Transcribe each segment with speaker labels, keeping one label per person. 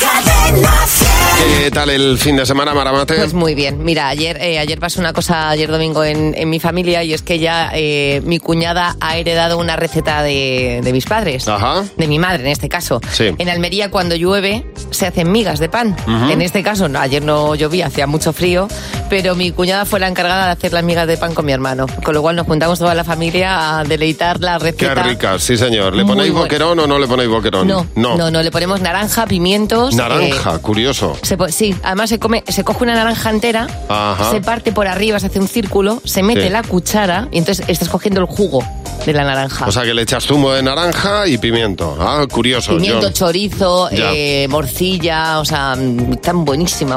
Speaker 1: Cadena 100.
Speaker 2: ¿Qué tal el fin de semana, Maramate?
Speaker 3: Pues muy bien. Mira, ayer, eh, ayer pasó una cosa, ayer domingo en, en mi familia, y es que ya eh, mi cuñada ha heredado una receta de, de mis padres,
Speaker 2: Ajá.
Speaker 3: de mi madre en este caso.
Speaker 2: Sí.
Speaker 3: En Almería cuando llueve se hacen migas de pan.
Speaker 2: Ujú.
Speaker 3: En este caso, no, ayer no llovía, hacía mucho frío, pero mi cuñada fue la encargada de hacer las migas de pan con mi hermano, con lo cual nos juntamos toda la familia a deleitar la
Speaker 2: Qué
Speaker 3: receta.
Speaker 2: rica, sí señor. ¿Le
Speaker 3: pues, Muy
Speaker 2: ponéis
Speaker 3: buena.
Speaker 2: boquerón o no le ponéis boquerón?
Speaker 3: No, no, no, le ponemos naranja, pimientos. eh,
Speaker 2: Naranja, curioso.
Speaker 3: Se po- sí, además se come, se coge una naranja entera,
Speaker 2: Ajá.
Speaker 3: se parte por arriba, se hace un círculo, se mete
Speaker 2: Sí.
Speaker 3: la cuchara y entonces estás cogiendo el jugo de la naranja.
Speaker 2: O sea que le echas zumo de naranja y pimiento. Ah, curioso.
Speaker 3: Pimiento,
Speaker 2: yo-
Speaker 3: chorizo,
Speaker 2: Ya.
Speaker 3: eh, morcilla, o sea, mm, tan buenísima,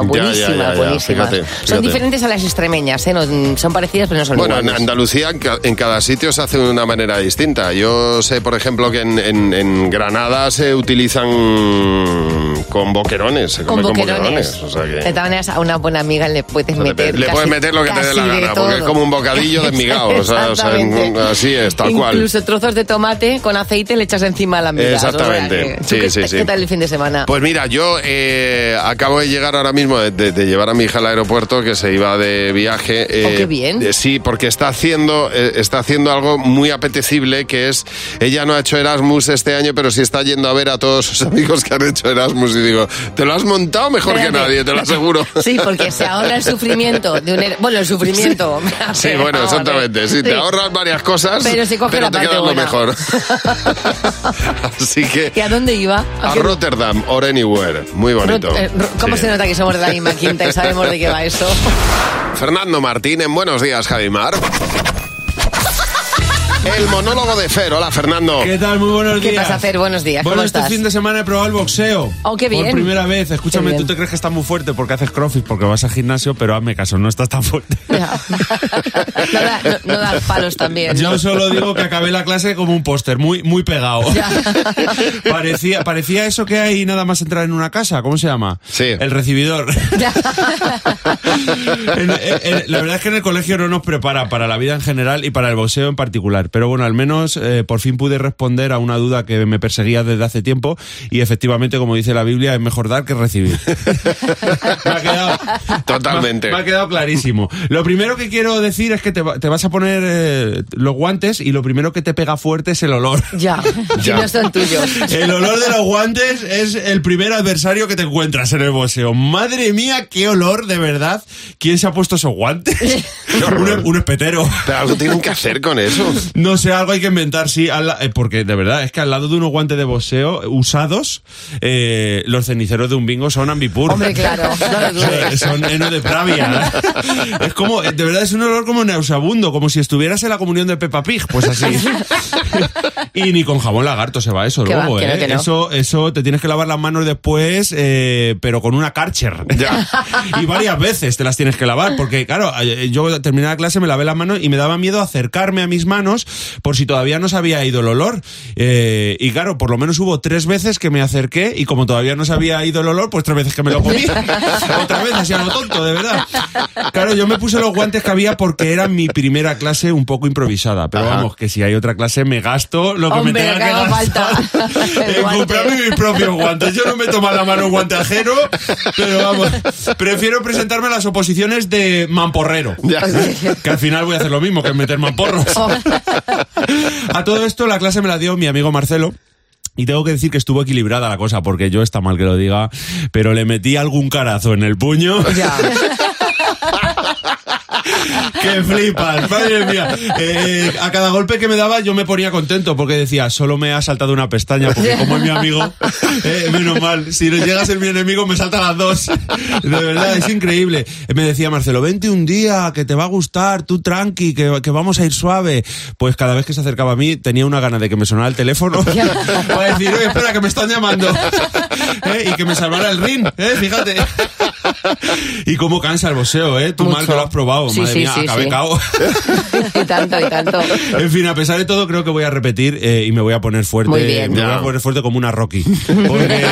Speaker 2: Ya, ya,
Speaker 3: buenísima,
Speaker 2: ya, ya,
Speaker 3: buenísima.
Speaker 2: fíjate,
Speaker 3: Son
Speaker 2: fíjate.
Speaker 3: diferentes a las extremeñas, ¿eh? No, son parecidas pero no son
Speaker 2: Bueno, en
Speaker 3: iguales.
Speaker 2: Andalucía en ca- en cada sitio se hace de una manera distinta. Yo sé, por ejemplo, que en, en- en Granada se utilizan con boquerones. Se
Speaker 3: Con
Speaker 2: come
Speaker 3: boquerones.
Speaker 2: O sea que...
Speaker 3: De todas maneras, a una buena amiga le puedes meter.
Speaker 2: Le puedes
Speaker 3: Eh, casi-
Speaker 2: meter lo que te dé la
Speaker 3: casi de
Speaker 2: gana, porque es
Speaker 3: todo.
Speaker 2: como un bocadillo desmigado. o sea, o sea, en-
Speaker 3: Exactamente.
Speaker 2: así es, tal cual.
Speaker 3: Incluso trozos de tomate con aceite le echas encima a la miga.
Speaker 2: Exactamente. Sí,
Speaker 3: ¿qué,
Speaker 2: sí, sí.
Speaker 3: ¿Qué tal el fin de semana?
Speaker 2: Pues mira, yo eh, acabo de llegar ahora mismo de, de- de llevar a mi hija al aeropuerto que se iba de viaje. eh,
Speaker 3: Oh, qué bien.
Speaker 2: eh, sí, porque está haciendo, eh, está haciendo algo muy apetecible que es, ella no ha hecho Erasmus este año, pero sí está yendo a ver a todos sus amigos que han hecho Erasmus y digo, te lo has montado mejor que
Speaker 3: Espérate.
Speaker 2: nadie, te lo aseguro.
Speaker 3: Sí, porque se ahorra el sufrimiento de un her- bueno, el sufrimiento.
Speaker 2: Sí, bueno, exactamente. Sí, te ahorras varias cosas,
Speaker 3: Ah, Pero se coge la
Speaker 2: te
Speaker 3: parte
Speaker 2: quedas lo
Speaker 3: buena.
Speaker 2: mejor. Así que
Speaker 3: ¿Y a dónde iba?
Speaker 2: a
Speaker 3: qué-
Speaker 2: Rotterdam or anywhere, muy bonito.
Speaker 3: Rot- eh, ro- ¿Cómo
Speaker 2: Sí.
Speaker 3: se nota que somos de la misma quinta y sabemos de qué va eso?
Speaker 2: Fernando Martín en Buenos Días, Javimar. El monólogo de Fer. Hola, Fernando.
Speaker 4: ¿Qué tal? Muy buenos
Speaker 3: ¿Qué
Speaker 4: días.
Speaker 3: vas a hacer? Buenos días.
Speaker 4: Bueno,
Speaker 3: ¿Cómo
Speaker 4: este
Speaker 3: estás?
Speaker 4: fin de semana he probado el boxeo.
Speaker 3: Oh, qué bien.
Speaker 4: Por primera vez. Escúchame,
Speaker 3: Qué bien.
Speaker 4: tú te crees que estás muy fuerte porque haces crossfit, porque vas al gimnasio, pero hazme caso, no estás tan fuerte.
Speaker 3: Ya. no, da- Ah, no- no das palos también. ¿no?
Speaker 4: Yo solo digo que acabé la clase como un póster, muy, muy pegado.
Speaker 3: Ya.
Speaker 4: parecía, parecía eso que hay nada más entrar en una casa, ¿cómo se llama?
Speaker 2: Sí.
Speaker 4: El recibidor.
Speaker 3: Ya.
Speaker 4: En- en- en- la verdad es que en el colegio no nos prepara para la vida en general y para el boxeo en particular. Pero bueno, al menos eh, por fin pude responder a una duda que me perseguía desde hace tiempo y efectivamente, como dice la Biblia, es mejor dar que recibir. me ha quedado,
Speaker 2: Totalmente.
Speaker 4: Me, ha quedado clarísimo. Lo primero que quiero decir es que te, va- te vas a poner eh, los guantes y lo primero que te pega fuerte es el olor.
Speaker 3: ya. Si
Speaker 2: Ya.
Speaker 3: no son tuyos.
Speaker 4: El olor de los guantes es el primer adversario que te encuentras en el boxeo. Madre mía, qué olor, de verdad. ¿Quién se ha puesto esos guantes?
Speaker 2: horror.
Speaker 4: un, un espetero.
Speaker 2: Pero algo tienen que hacer con eso.
Speaker 4: No sé, algo hay que inventar, sí, al la- eh, porque de verdad es que al lado de unos guantes de boxeo eh, usados, eh, los ceniceros de un bingo son ambipur.
Speaker 3: Hombre, claro, no lo dudes.
Speaker 4: Son heno de pravia. Es como, eh, de verdad es un olor como nauseabundo, como si estuvieras en la comunión de Peppa Pig, pues así. Y ni con jabón lagarto se va eso
Speaker 3: Que va,
Speaker 4: luego,
Speaker 3: que no,
Speaker 4: ¿eh?
Speaker 3: que no.
Speaker 4: Eso, eso te tienes que lavar las manos después, eh, pero con una Karcher.
Speaker 2: Ya.
Speaker 4: Y varias veces te las tienes que lavar, porque claro, eh, yo terminé la clase, me lavé las manos y me daba miedo acercarme a mis manos por si todavía no se había ido el olor. Eh, y claro, por lo menos hubo tres veces que me acerqué y como todavía no se había ido el olor, pues tres veces que me lo ponía. Otra vez, así a lo tonto, de verdad. Claro, yo me puse los guantes que había porque era mi primera clase un poco improvisada, pero
Speaker 2: Ajá.
Speaker 4: vamos, que si hay otra clase me gasto lo que
Speaker 3: Hombre,
Speaker 4: me tenga
Speaker 3: que
Speaker 4: que
Speaker 3: haga
Speaker 4: gastar
Speaker 3: falta. El
Speaker 4: en
Speaker 3: guante.
Speaker 4: comprarme mis propios guantes. Yo no me tomo a la mano un guante ajeno, pero vamos, prefiero presentarme a las oposiciones de mamporrero. ¿Eh?
Speaker 2: Ya.
Speaker 4: Que al final voy a hacer lo mismo que meter mamporros.
Speaker 3: Oh.
Speaker 4: A todo esto la clase me la dio mi amigo Marcelo. Y tengo que decir que estuvo equilibrada la cosa, porque yo está mal que lo diga, pero le metí algún carazo en el puño.
Speaker 3: Ya.
Speaker 4: ¡Qué flipas! ¡Madre mía! Eh, a cada golpe que me daba yo me ponía contento porque decía, solo me ha saltado una pestaña porque como es mi amigo, eh, menos mal, si no llega a ser mi enemigo me salta las dos. De verdad, es increíble. Eh, Me decía Marcelo, vente un día, que te va a gustar, tú tranqui, que, que vamos a ir suave. Pues cada vez que se acercaba a mí tenía una gana de que me sonara el teléfono para decir, oye, espera, que me están llamando. Eh, Y que me salvara el ring, eh, fíjate. y cómo cansa el boxeo, ¿eh? Tú
Speaker 3: Mucho.
Speaker 4: mal que lo has probado,
Speaker 3: Sí,
Speaker 4: madre
Speaker 3: sí,
Speaker 4: mía,
Speaker 3: sí,
Speaker 4: acabé
Speaker 3: sí.
Speaker 4: cao.
Speaker 3: y tanto, y tanto.
Speaker 4: En fin, a pesar de todo, creo que voy a repetir eh, y me voy a poner fuerte.
Speaker 3: Muy bien.
Speaker 4: Me voy
Speaker 2: Ya.
Speaker 4: a poner fuerte como una Rocky. Porque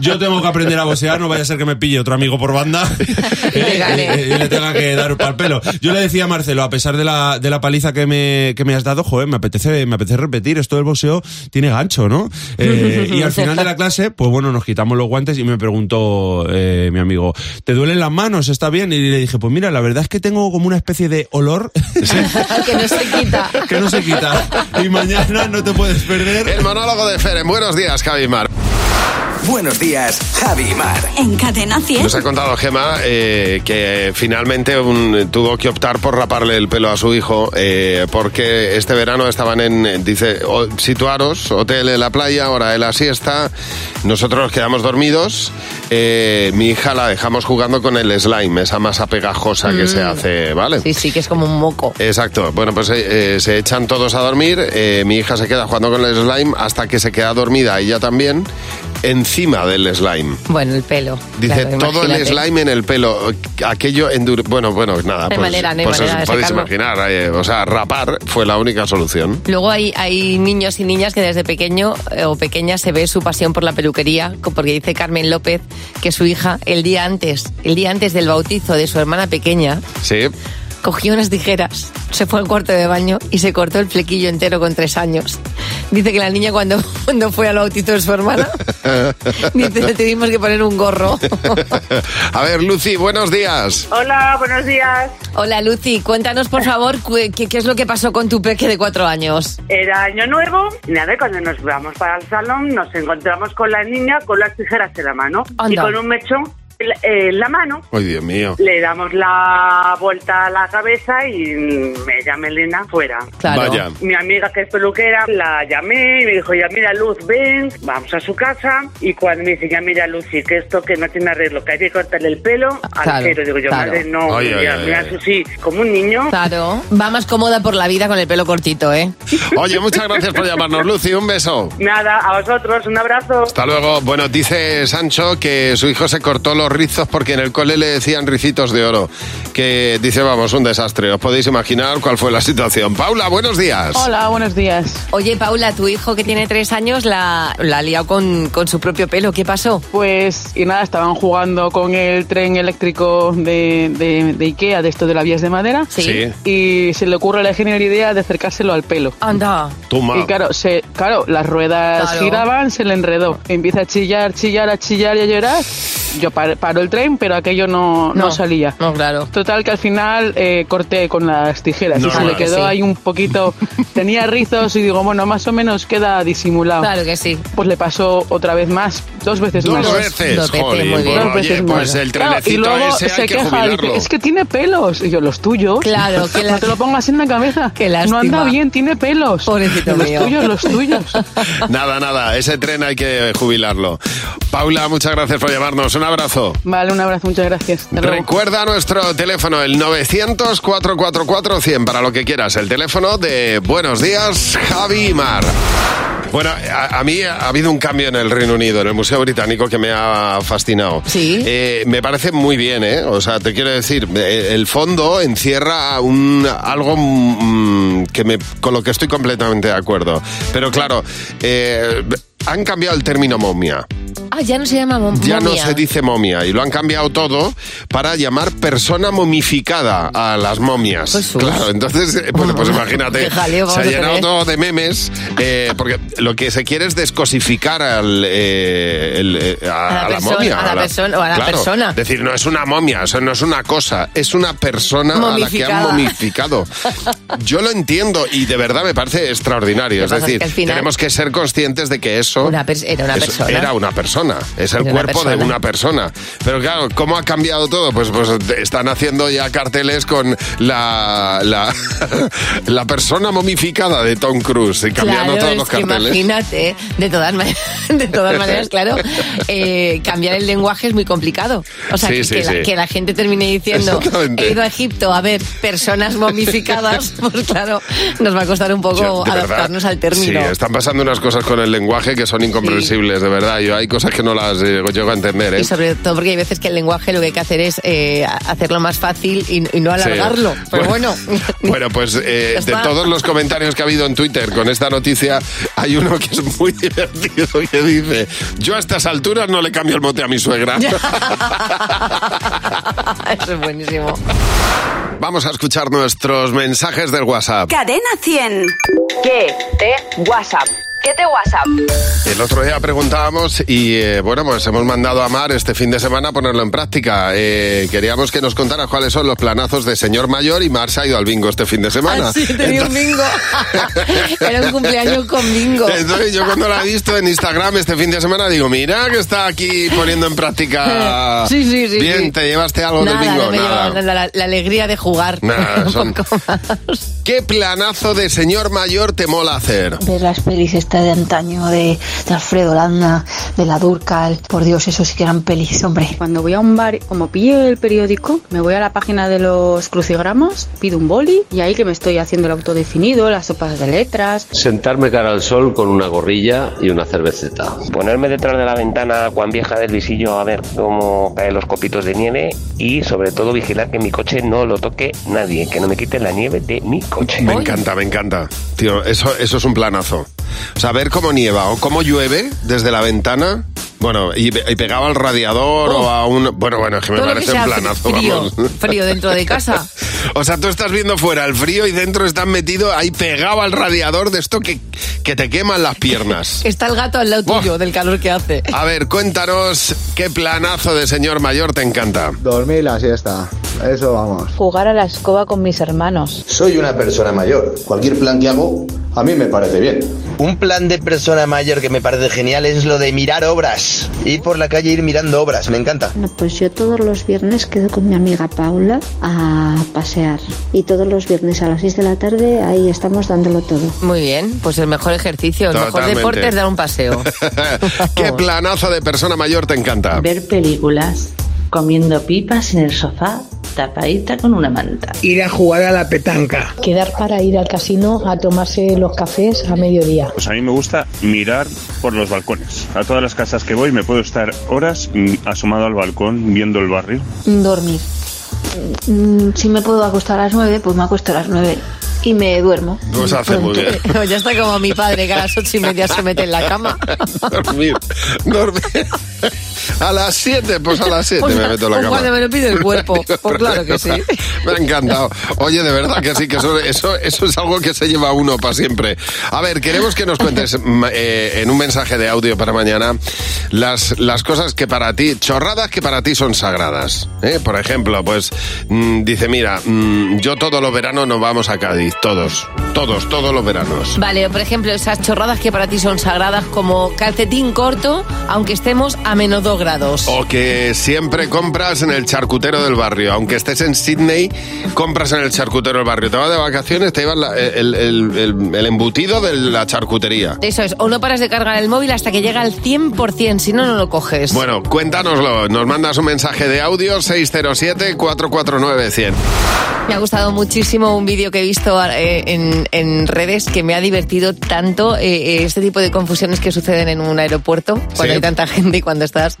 Speaker 4: yo tengo que aprender a boxear, no vaya a ser que me pille otro amigo por banda
Speaker 3: Y te gane.
Speaker 4: eh, y le tenga que dar pal pelo. Yo le decía a Marcelo, a pesar de la, de la paliza que me, que me has dado, joder, me apetece, me apetece repetir. Esto del boxeo tiene gancho, ¿no? Eh, y al final de la clase, pues bueno, nos quitamos los guantes y me preguntó eh, mi amigo, ¿te duelen las manos? ¿Está bien? Y le dije, pues mira, la verdad es que tengo como una especie de olor.
Speaker 3: que no se quita.
Speaker 4: que no se quita. Y mañana no te puedes perder.
Speaker 2: El monólogo de Fer en Buenos Días, Javi Mar.
Speaker 5: Buenos días, Javi Mar.
Speaker 1: En Cadena 100.
Speaker 2: Nos ha contado Gema eh, que finalmente un- tuvo que optar por raparle el pelo a su hijo eh, porque este verano estaban en, eh, dice, o- situaros, hotel en la playa, hora de la siesta, nosotros nos quedamos dormidos, eh, mi hija la dejamos jugando con el slime, esa masa pegajosa que se hace, ¿vale?
Speaker 3: Mm. Sí, sí, que es como un moco.
Speaker 2: Exacto. Bueno, pues eh, eh, se echan todos a dormir. eh, mi hija se queda jugando con el slime hasta que se queda dormida, ella también, encima del slime.
Speaker 3: Bueno, el pelo.
Speaker 2: Dice
Speaker 3: claro,
Speaker 2: todo el
Speaker 3: imagínate.
Speaker 2: slime en el pelo, aquello endure... Bueno, bueno, nada.
Speaker 3: No hay manera, no hay
Speaker 2: pues os
Speaker 3: manera de
Speaker 2: podéis
Speaker 3: sacarlo.
Speaker 2: imaginar, eh, o sea, rapar fue la única solución.
Speaker 3: Luego hay, hay niños y niñas que desde pequeño eh, o pequeña se ve su pasión por la peluquería, co- porque dice Carmen López que su hija, el día antes, el día antes del bautizo de su hermana pequeña,
Speaker 2: Sí.
Speaker 3: cogió unas tijeras, se fue al cuarto de baño y se cortó el flequillo entero con tres años. Dice que la niña cuando, cuando fue al bautizo de su hermana, dice, le tuvimos que poner un gorro.
Speaker 2: a ver, Lucy, buenos días.
Speaker 6: Hola, buenos días.
Speaker 3: Hola Lucy, cuéntanos por favor cu- qué, qué es lo que pasó con tu peque de cuatro años.
Speaker 6: Era año nuevo. y Nada, cuando nos vamos para el salón nos encontramos con la niña con las tijeras en la mano y
Speaker 3: Anda.
Speaker 6: con un mechón en la- en la mano.
Speaker 2: Ay, Dios mío.
Speaker 6: Le damos la vuelta a la cabeza y mm, ella, Melena, fuera.
Speaker 3: Claro.
Speaker 2: Vaya.
Speaker 6: Mi amiga que es peluquera, la llamé y me dijo, ya mira Luz, ven, vamos a su casa. Y cuando me dice, ya mira Lucy, que esto que no tiene arreglo, que hay que cortarle el pelo al
Speaker 3: Claro,
Speaker 6: cero. Digo yo,
Speaker 3: claro.
Speaker 6: madre, no,
Speaker 2: Ay, ay,
Speaker 6: mira,
Speaker 2: ay,
Speaker 6: mira,
Speaker 2: ay.
Speaker 6: Susi, como un niño.
Speaker 3: Claro. Va más cómoda por la vida con el pelo cortito, ¿eh?
Speaker 2: Oye, muchas gracias por llamarnos, Lucy. Un beso.
Speaker 6: Nada, a vosotros, un abrazo.
Speaker 2: Hasta luego. Bueno, dice Sancho que su hijo se cortó los rizos porque en el cole le decían ricitos de oro. Que dice, vamos, un desastre. Os podéis imaginar cuál fue la situación. Paula, buenos días.
Speaker 7: Hola, buenos días.
Speaker 3: Oye, Paula, tu hijo que tiene tres años la, la ha liado con, con su propio pelo. ¿Qué pasó?
Speaker 7: Pues, y nada, estaban jugando con el tren eléctrico de, de- de Ikea, de esto de las vías de madera,
Speaker 2: Sí.
Speaker 7: y se le ocurre la genial idea de acercárselo al pelo.
Speaker 3: Anda.
Speaker 2: Toma.
Speaker 7: Y claro, se, claro, las ruedas
Speaker 3: Claro.
Speaker 7: giraban, se le enredó. Empieza a chillar, chillar, a chillar y a llorar. Yo par- paro el tren, pero aquello no, no salía.
Speaker 3: No, claro.
Speaker 7: Total que al final eh, corté con las tijeras y se
Speaker 2: Normal.
Speaker 7: le quedó
Speaker 3: Sí.
Speaker 7: ahí un poquito. Tenía rizos y digo, bueno, más o menos queda disimulado.
Speaker 3: Claro que sí.
Speaker 7: Pues le pasó otra vez más, dos veces más.
Speaker 2: Dos
Speaker 3: Dos
Speaker 2: veces,
Speaker 3: veces,
Speaker 2: jolín,
Speaker 3: muy
Speaker 2: pues,
Speaker 3: bien.
Speaker 7: Dos
Speaker 2: oye,
Speaker 7: veces
Speaker 2: pues
Speaker 7: más.
Speaker 2: el
Speaker 7: Claro,
Speaker 2: trenecito
Speaker 7: y luego
Speaker 2: ese
Speaker 7: se
Speaker 2: hay que
Speaker 7: queja, dice,
Speaker 2: jubilarlo.
Speaker 7: es que tiene pelos. Y yo, los tuyos.
Speaker 3: Claro, que
Speaker 7: no
Speaker 3: las-
Speaker 7: te lo pongas en la cabeza.
Speaker 3: Qué
Speaker 7: no
Speaker 3: lástima.
Speaker 7: anda bien, tiene pelos.
Speaker 3: Pobrecito
Speaker 7: los
Speaker 3: mío.
Speaker 7: tuyos, los tuyos.
Speaker 2: Nada, nada, ese tren hay que jubilarlo. Paula, muchas gracias por llamarnos. Un abrazo.
Speaker 7: Vale, un abrazo, muchas gracias. Hasta luego.
Speaker 2: Recuerda nuestro teléfono, el 900-444-100, para lo que quieras. El teléfono de Buenos Días, Javi y Mar. Bueno, a, a mí ha habido un cambio en el Reino Unido, en el Museo Británico, que me ha fascinado.
Speaker 3: Sí.
Speaker 2: Eh, me parece muy bien, ¿eh? O sea, te quiero decir, eh, el fondo encierra un, algo mm, que me, con lo que estoy completamente de acuerdo. Pero claro, eh, han cambiado el término momia.
Speaker 3: Ah, ya no se llama mom-
Speaker 2: Ya no
Speaker 3: momia.
Speaker 2: se dice momia y lo han cambiado todo para llamar persona momificada a las momias.
Speaker 3: Jesús.
Speaker 2: Claro, entonces, eh, bueno, pues imagínate,
Speaker 3: Qué jaleo
Speaker 2: se ha
Speaker 3: vamos a
Speaker 2: llenado
Speaker 3: tener.
Speaker 2: todo de memes, eh, porque lo que se quiere es descosificar al, eh, el, eh, a,
Speaker 3: A la
Speaker 2: a la
Speaker 3: persona-
Speaker 2: momia.
Speaker 3: a la persona- o a la
Speaker 2: claro,
Speaker 3: persona.
Speaker 2: Decir, no es una momia, eso no es una cosa, es una persona a la que han
Speaker 3: Momificada.
Speaker 2: momificado. Yo lo entiendo y de verdad me parece extraordinario.
Speaker 3: Lo
Speaker 2: Es
Speaker 3: que pasa es
Speaker 2: decir,
Speaker 3: que al final-
Speaker 2: tenemos que ser conscientes de que eso
Speaker 3: Una pers- era una
Speaker 2: eso
Speaker 3: persona.
Speaker 2: Era una persona. Es el
Speaker 3: Era una
Speaker 2: cuerpo de
Speaker 3: persona.
Speaker 2: una persona. Pero claro, ¿cómo ha cambiado todo? Pues, pues están haciendo ya carteles con la, la, la persona momificada de Tom Cruise, y cambiando
Speaker 3: Claro,
Speaker 2: todos
Speaker 3: es
Speaker 2: los
Speaker 3: que
Speaker 2: carteles.
Speaker 3: imagínate, de todas, ma- de todas maneras, claro, eh, cambiar el lenguaje es muy complicado. O sea,
Speaker 2: Sí,
Speaker 3: que,
Speaker 2: sí,
Speaker 3: que la,
Speaker 2: sí.
Speaker 3: que la gente termine diciendo,
Speaker 2: Exactamente.
Speaker 3: he ido a Egipto a ver personas momificadas, pues claro, nos va a costar un poco
Speaker 2: Yo, de verdad,
Speaker 3: adaptarnos al término.
Speaker 2: Sí, están pasando unas cosas con el lenguaje que son incomprensibles, de verdad. Yo hay cosas cosas que no las eh, llego a entender, ¿eh?
Speaker 3: Y sobre todo porque hay veces que el lenguaje lo que hay que hacer es eh, hacerlo más fácil y, y no
Speaker 2: Sí.
Speaker 3: alargarlo. Pero bueno,
Speaker 2: Bueno, pues eh, de
Speaker 3: Ya está.
Speaker 2: todos los comentarios que ha habido en Twitter con esta noticia, hay uno que es muy divertido que dice: Yo a estas alturas no le cambio el mote a mi suegra.
Speaker 3: eso es buenísimo.
Speaker 2: Vamos a escuchar nuestros mensajes del WhatsApp.
Speaker 1: Cadena 100. ¿Qué te WhatsApp? ¿Qué te WhatsApp?
Speaker 2: El otro día preguntábamos y eh, bueno, pues hemos mandado a Mar este fin de semana a ponerlo en práctica. Eh, queríamos que nos contaras cuáles son los planazos de señor mayor y Mar se ha ido al bingo este fin de semana.
Speaker 3: Así tenía un bingo. Era un cumpleaños con bingo.
Speaker 2: Entonces yo cuando la he visto en Instagram este fin de semana digo, mira que está aquí poniendo en práctica.
Speaker 3: Sí, sí, sí,
Speaker 2: Bien,
Speaker 3: sí.
Speaker 2: te llevaste algo
Speaker 3: Nada,
Speaker 2: del bingo.
Speaker 3: no me
Speaker 2: Nada.
Speaker 3: llevaba nada, la, la alegría de jugar.
Speaker 2: Nada, son- ¿Qué planazo de señor mayor te mola hacer?
Speaker 8: Ver las pelis esta de antaño de, de Alfredo Landa, de la Durcal, por Dios, eso sí que eran pelis, hombre.
Speaker 9: Cuando voy a un bar, como pille el periódico, me voy a la página de los crucigramas, pido un boli y ahí que me estoy haciendo el autodefinido, las sopas de letras.
Speaker 10: Sentarme cara al sol con una gorrilla y una cerveceta. Ponerme detrás de la ventana cuan vieja del visillo a ver cómo caen los copitos de nieve y sobre todo vigilar que mi coche no lo toque nadie, que no me quiten la nieve de mi coche.
Speaker 2: Me encanta, me encanta. Tío, eso, eso es un planazo. O sea, ver cómo nieva o cómo llueve desde la ventana. Bueno, y, pe- y pegaba al radiador o a un... Bueno, bueno, es que me
Speaker 3: Todo lo que
Speaker 2: parece un
Speaker 3: sea
Speaker 2: planazo,
Speaker 3: frío,
Speaker 2: vamos.
Speaker 3: frío dentro de casa.
Speaker 2: O sea, tú estás viendo fuera el frío y dentro estás metido ahí pegado al radiador de esto que, que te queman las piernas.
Speaker 3: Está el gato al lado tuyo del calor que hace.
Speaker 2: A ver, cuéntanos qué planazo de señor mayor te encanta.
Speaker 11: Dormir la siesta. Eso vamos.
Speaker 9: Jugar a la escoba con mis hermanos.
Speaker 11: Soy una persona mayor. Cualquier plan que hago, a mí me parece bien.
Speaker 12: Un plan de persona mayor que me parece genial es lo de mirar obras. Ir por la calle e ir mirando obras, me encanta.
Speaker 13: Bueno, pues yo todos los viernes quedo con mi amiga Paula a pasear. Y todos los viernes a las 6 de la tarde ahí estamos dándolo todo.
Speaker 3: Muy bien, pues el mejor ejercicio, el
Speaker 2: Totalmente.
Speaker 3: mejor deporte es dar un paseo.
Speaker 2: ¿Qué planazo de persona mayor te encanta?
Speaker 14: Ver películas, comiendo pipas en el sofá, tapadita con una manta.
Speaker 15: Ir a jugar a la petanca.
Speaker 16: Quedar para ir al casino a tomarse los cafés a mediodía.
Speaker 17: Pues a mí me gusta mirar por los balcones. A todas las casas que voy me puedo estar horas mm, asomado al balcón viendo el barrio.
Speaker 8: Dormir. Mm, Si me puedo acostar a las 9, pues me acuesto a las 9 y me duermo.
Speaker 2: Pues hace muy bien.
Speaker 3: ya está como mi padre que a las ocho y media se mete en la cama.
Speaker 2: Dormir. Dormir. A las 7, pues a las 7
Speaker 3: O
Speaker 2: me
Speaker 3: sea,
Speaker 2: meto en la
Speaker 3: o
Speaker 2: cama.
Speaker 3: cuando me lo pide el cuerpo. Pues claro que sí.
Speaker 2: Me ha encantado. Oye, de verdad que sí, que eso, eso, eso es algo que se lleva uno para siempre. A ver, queremos que nos cuentes mm, eh, en un mensaje de audio para mañana las, las cosas que para ti, chorradas que para ti son sagradas. ¿eh? Por ejemplo, pues mm, dice, mira, mm, yo todos los veranos nos vamos a Cádiz, todos, todos, todos los veranos.
Speaker 3: Vale, o por ejemplo, esas chorradas que para ti son sagradas como calcetín corto, aunque estemos a menos dos grados.
Speaker 2: O que siempre compras en el charcutero del barrio. Aunque estés en Sydney, compras en el charcutero del barrio. Te vas de vacaciones, te llevas la- el, el- el- el embutido de la charcutería.
Speaker 3: Eso es, o no paras de cargar el móvil hasta que llega al 100%, si no, no lo coges.
Speaker 2: Bueno, cuéntanoslo. Nos mandas un mensaje de audio 607-449-100.
Speaker 3: Me ha gustado muchísimo un vídeo que he visto eh, en, en redes que me ha divertido tanto eh, eh, este tipo de confusiones que suceden en un aeropuerto cuando
Speaker 18: Sí.
Speaker 3: hay tanta gente y cuando estás,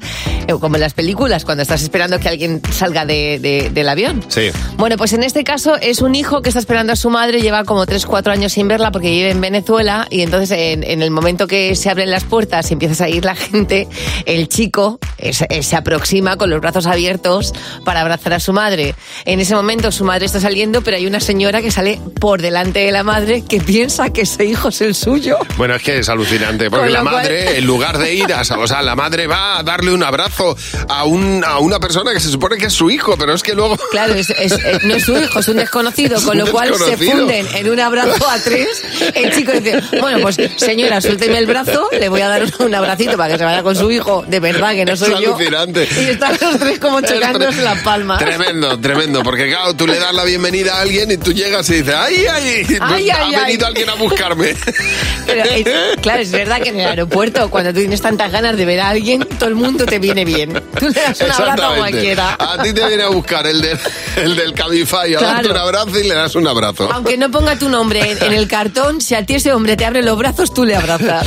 Speaker 3: eh, como en las películas, cuando estás esperando que alguien salga de- de- del avión.
Speaker 2: Sí.
Speaker 3: Bueno, pues en este caso es un hijo que está esperando a su madre, lleva como 3, 4 años sin verla porque vive en Venezuela y entonces en, en el momento que se abren las puertas y empieza a salir la gente, el chico eh, se- eh, se aproxima con los brazos abiertos para abrazar a su madre. En ese momento su madre está saliendo, pero hay una señora que sale por delante de la madre que piensa que ese hijo es el suyo.
Speaker 2: Bueno, es que es alucinante,
Speaker 3: Con
Speaker 2: porque
Speaker 3: lo
Speaker 2: la
Speaker 3: cual-
Speaker 2: madre, en lugar de ir a... O sea, la madre va a darle un abrazo a, un- a una persona que se supone que es su hijo, pero es que luego...
Speaker 3: Claro, es- es- eh, no es su hijo, es un desconocido,
Speaker 2: Es
Speaker 3: con
Speaker 2: un
Speaker 3: lo cual se
Speaker 2: desconocido.
Speaker 3: funden en un abrazo a tres. El chico dice, bueno, pues señora, suélteme el brazo, le voy a dar un abracito para que se vaya con su hijo, de verdad que no
Speaker 2: Es
Speaker 3: soy yo.
Speaker 2: alucinante.
Speaker 3: Y están los tres como chocándose las palmas.
Speaker 2: Tremendo, tremendo, porque claro, tú le das la bienvenida a alguien y tú llegas y dices, ¡ay, ay!
Speaker 3: Ay,
Speaker 2: ha
Speaker 3: ay,
Speaker 2: venido
Speaker 3: ay.
Speaker 2: alguien a buscarme.
Speaker 3: Pero es- claro, es verdad que en el aeropuerto, cuando tú tienes tantas ganas de ver a alguien, todo el mundo te viene bien. Tú le das un abrazo a
Speaker 2: Exactamente.
Speaker 3: cualquiera.
Speaker 2: A ti te viene a buscar el, del- el del Cabify a
Speaker 3: Claro.
Speaker 2: darte un abrazo y le das un abrazo.
Speaker 3: Aunque no ponga tu nombre en en el cartón, si a ti ese hombre te abre los brazos, tú le abrazas.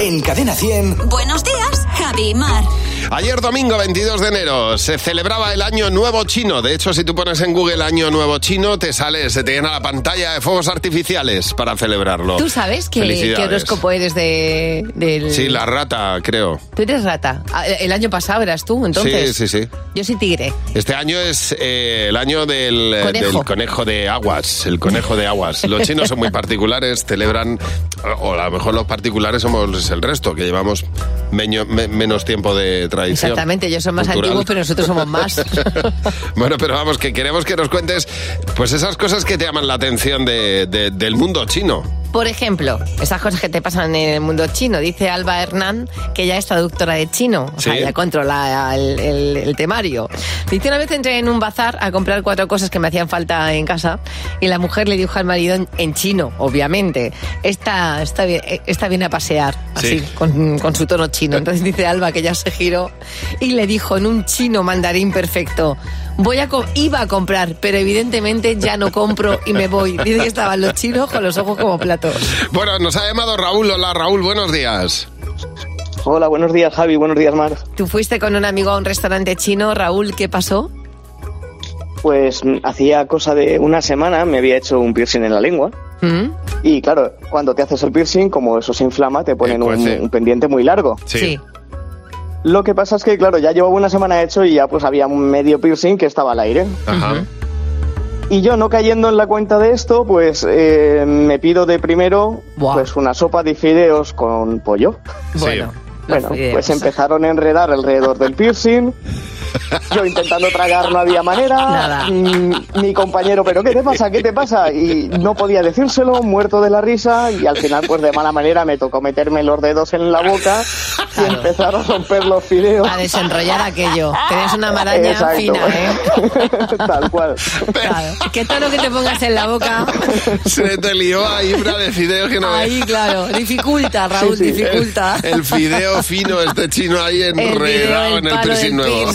Speaker 5: En Cadena 100.
Speaker 1: Buenos días, Javi.
Speaker 18: Javi Mar.
Speaker 2: Ayer domingo 22 de enero se celebraba el Año Nuevo Chino. De hecho, si tú pones en Google Año Nuevo Chino, te sale, se te llena la pantalla de fuegos artificiales para celebrarlo.
Speaker 3: ¿Tú sabes qué,
Speaker 2: Felicidades.
Speaker 3: qué horóscopo eres de, del...?
Speaker 2: Sí, la rata, creo.
Speaker 3: Tú eres rata. Ah, El año pasado eras tú, entonces.
Speaker 2: Sí, sí, sí.
Speaker 3: Yo soy tigre.
Speaker 2: Este año es eh, el año del eh, del
Speaker 3: Conejo.
Speaker 2: conejo. de aguas, el conejo de aguas. Los chinos son muy particulares, celebran, o a lo mejor los particulares somos el resto, que llevamos meño- me- menos tiempo de tradición.
Speaker 3: Exactamente, ellos son más
Speaker 2: Cultural.
Speaker 3: antiguos, pero nosotros somos más.
Speaker 2: Bueno, pero vamos, que queremos que nos cuentes pues esas cosas que te llaman la atención de- de- del mundo chino.
Speaker 3: Por ejemplo, esas cosas que te pasan en el mundo chino. Dice Alba Hernán que ya es traductora de chino. O sea,
Speaker 2: Sí.
Speaker 3: ya controla el, el- el temario. Dice, una vez entré en un bazar a comprar cuatro cosas que me hacían falta en casa y la mujer le dijo al marido en, en chino, obviamente. Esta, esta, vi- esta viene a pasear, así,
Speaker 2: Sí.
Speaker 3: con, con su tono chino. Entonces dice Alba que ya se giró y le dijo en un chino mandarín perfecto. Voy a co- iba a comprar, pero evidentemente ya no compro y me voy. Dice que estaban los chinos con los ojos como platos.
Speaker 2: Bueno, nos ha llamado Raúl. Hola, Raúl, buenos días.
Speaker 19: Hola, buenos días Javi, buenos días Mar.
Speaker 3: Tú fuiste con un amigo a un restaurante chino, Raúl, ¿qué pasó?
Speaker 19: Pues mm, hacía cosa de una semana me había hecho un piercing en la lengua.
Speaker 3: ¿Mm?
Speaker 19: Y claro, cuando te haces el piercing, como eso se inflama, te ponen un, un pendiente muy largo.
Speaker 3: Eh, pues Sí.
Speaker 19: Lo que pasa es que, claro, ya llevaba una semana hecho y ya pues había un medio piercing que estaba al aire.
Speaker 2: Ajá.
Speaker 19: Y yo no cayendo en la cuenta de esto, pues eh, me pido de primero pues una sopa de fideos con pollo.
Speaker 3: Bueno,
Speaker 19: Bueno,
Speaker 3: fideos.
Speaker 19: pues empezaron a enredar alrededor del piercing. Yo intentando tragar no había manera. Mm, Mi compañero, ¿pero qué te pasa? ¿Qué te pasa? Y no podía decírselo, muerto de la risa. Y al final, pues de mala manera, me tocó meterme los dedos en la boca y empezar a romper los fideos.
Speaker 3: A desenrollar aquello. Tenés una maraña
Speaker 19: Exacto.
Speaker 3: fina, ¿eh?
Speaker 19: Tal cual.
Speaker 3: Claro. Que todo lo que te pongas en la boca.
Speaker 2: Se te lió ahí una de fideos que no
Speaker 3: Ahí, claro. Dificulta, Raúl,
Speaker 2: Sí, sí.
Speaker 3: dificulta.
Speaker 2: El, el fideo fino, este chino ahí enredado en el piercing nuevo.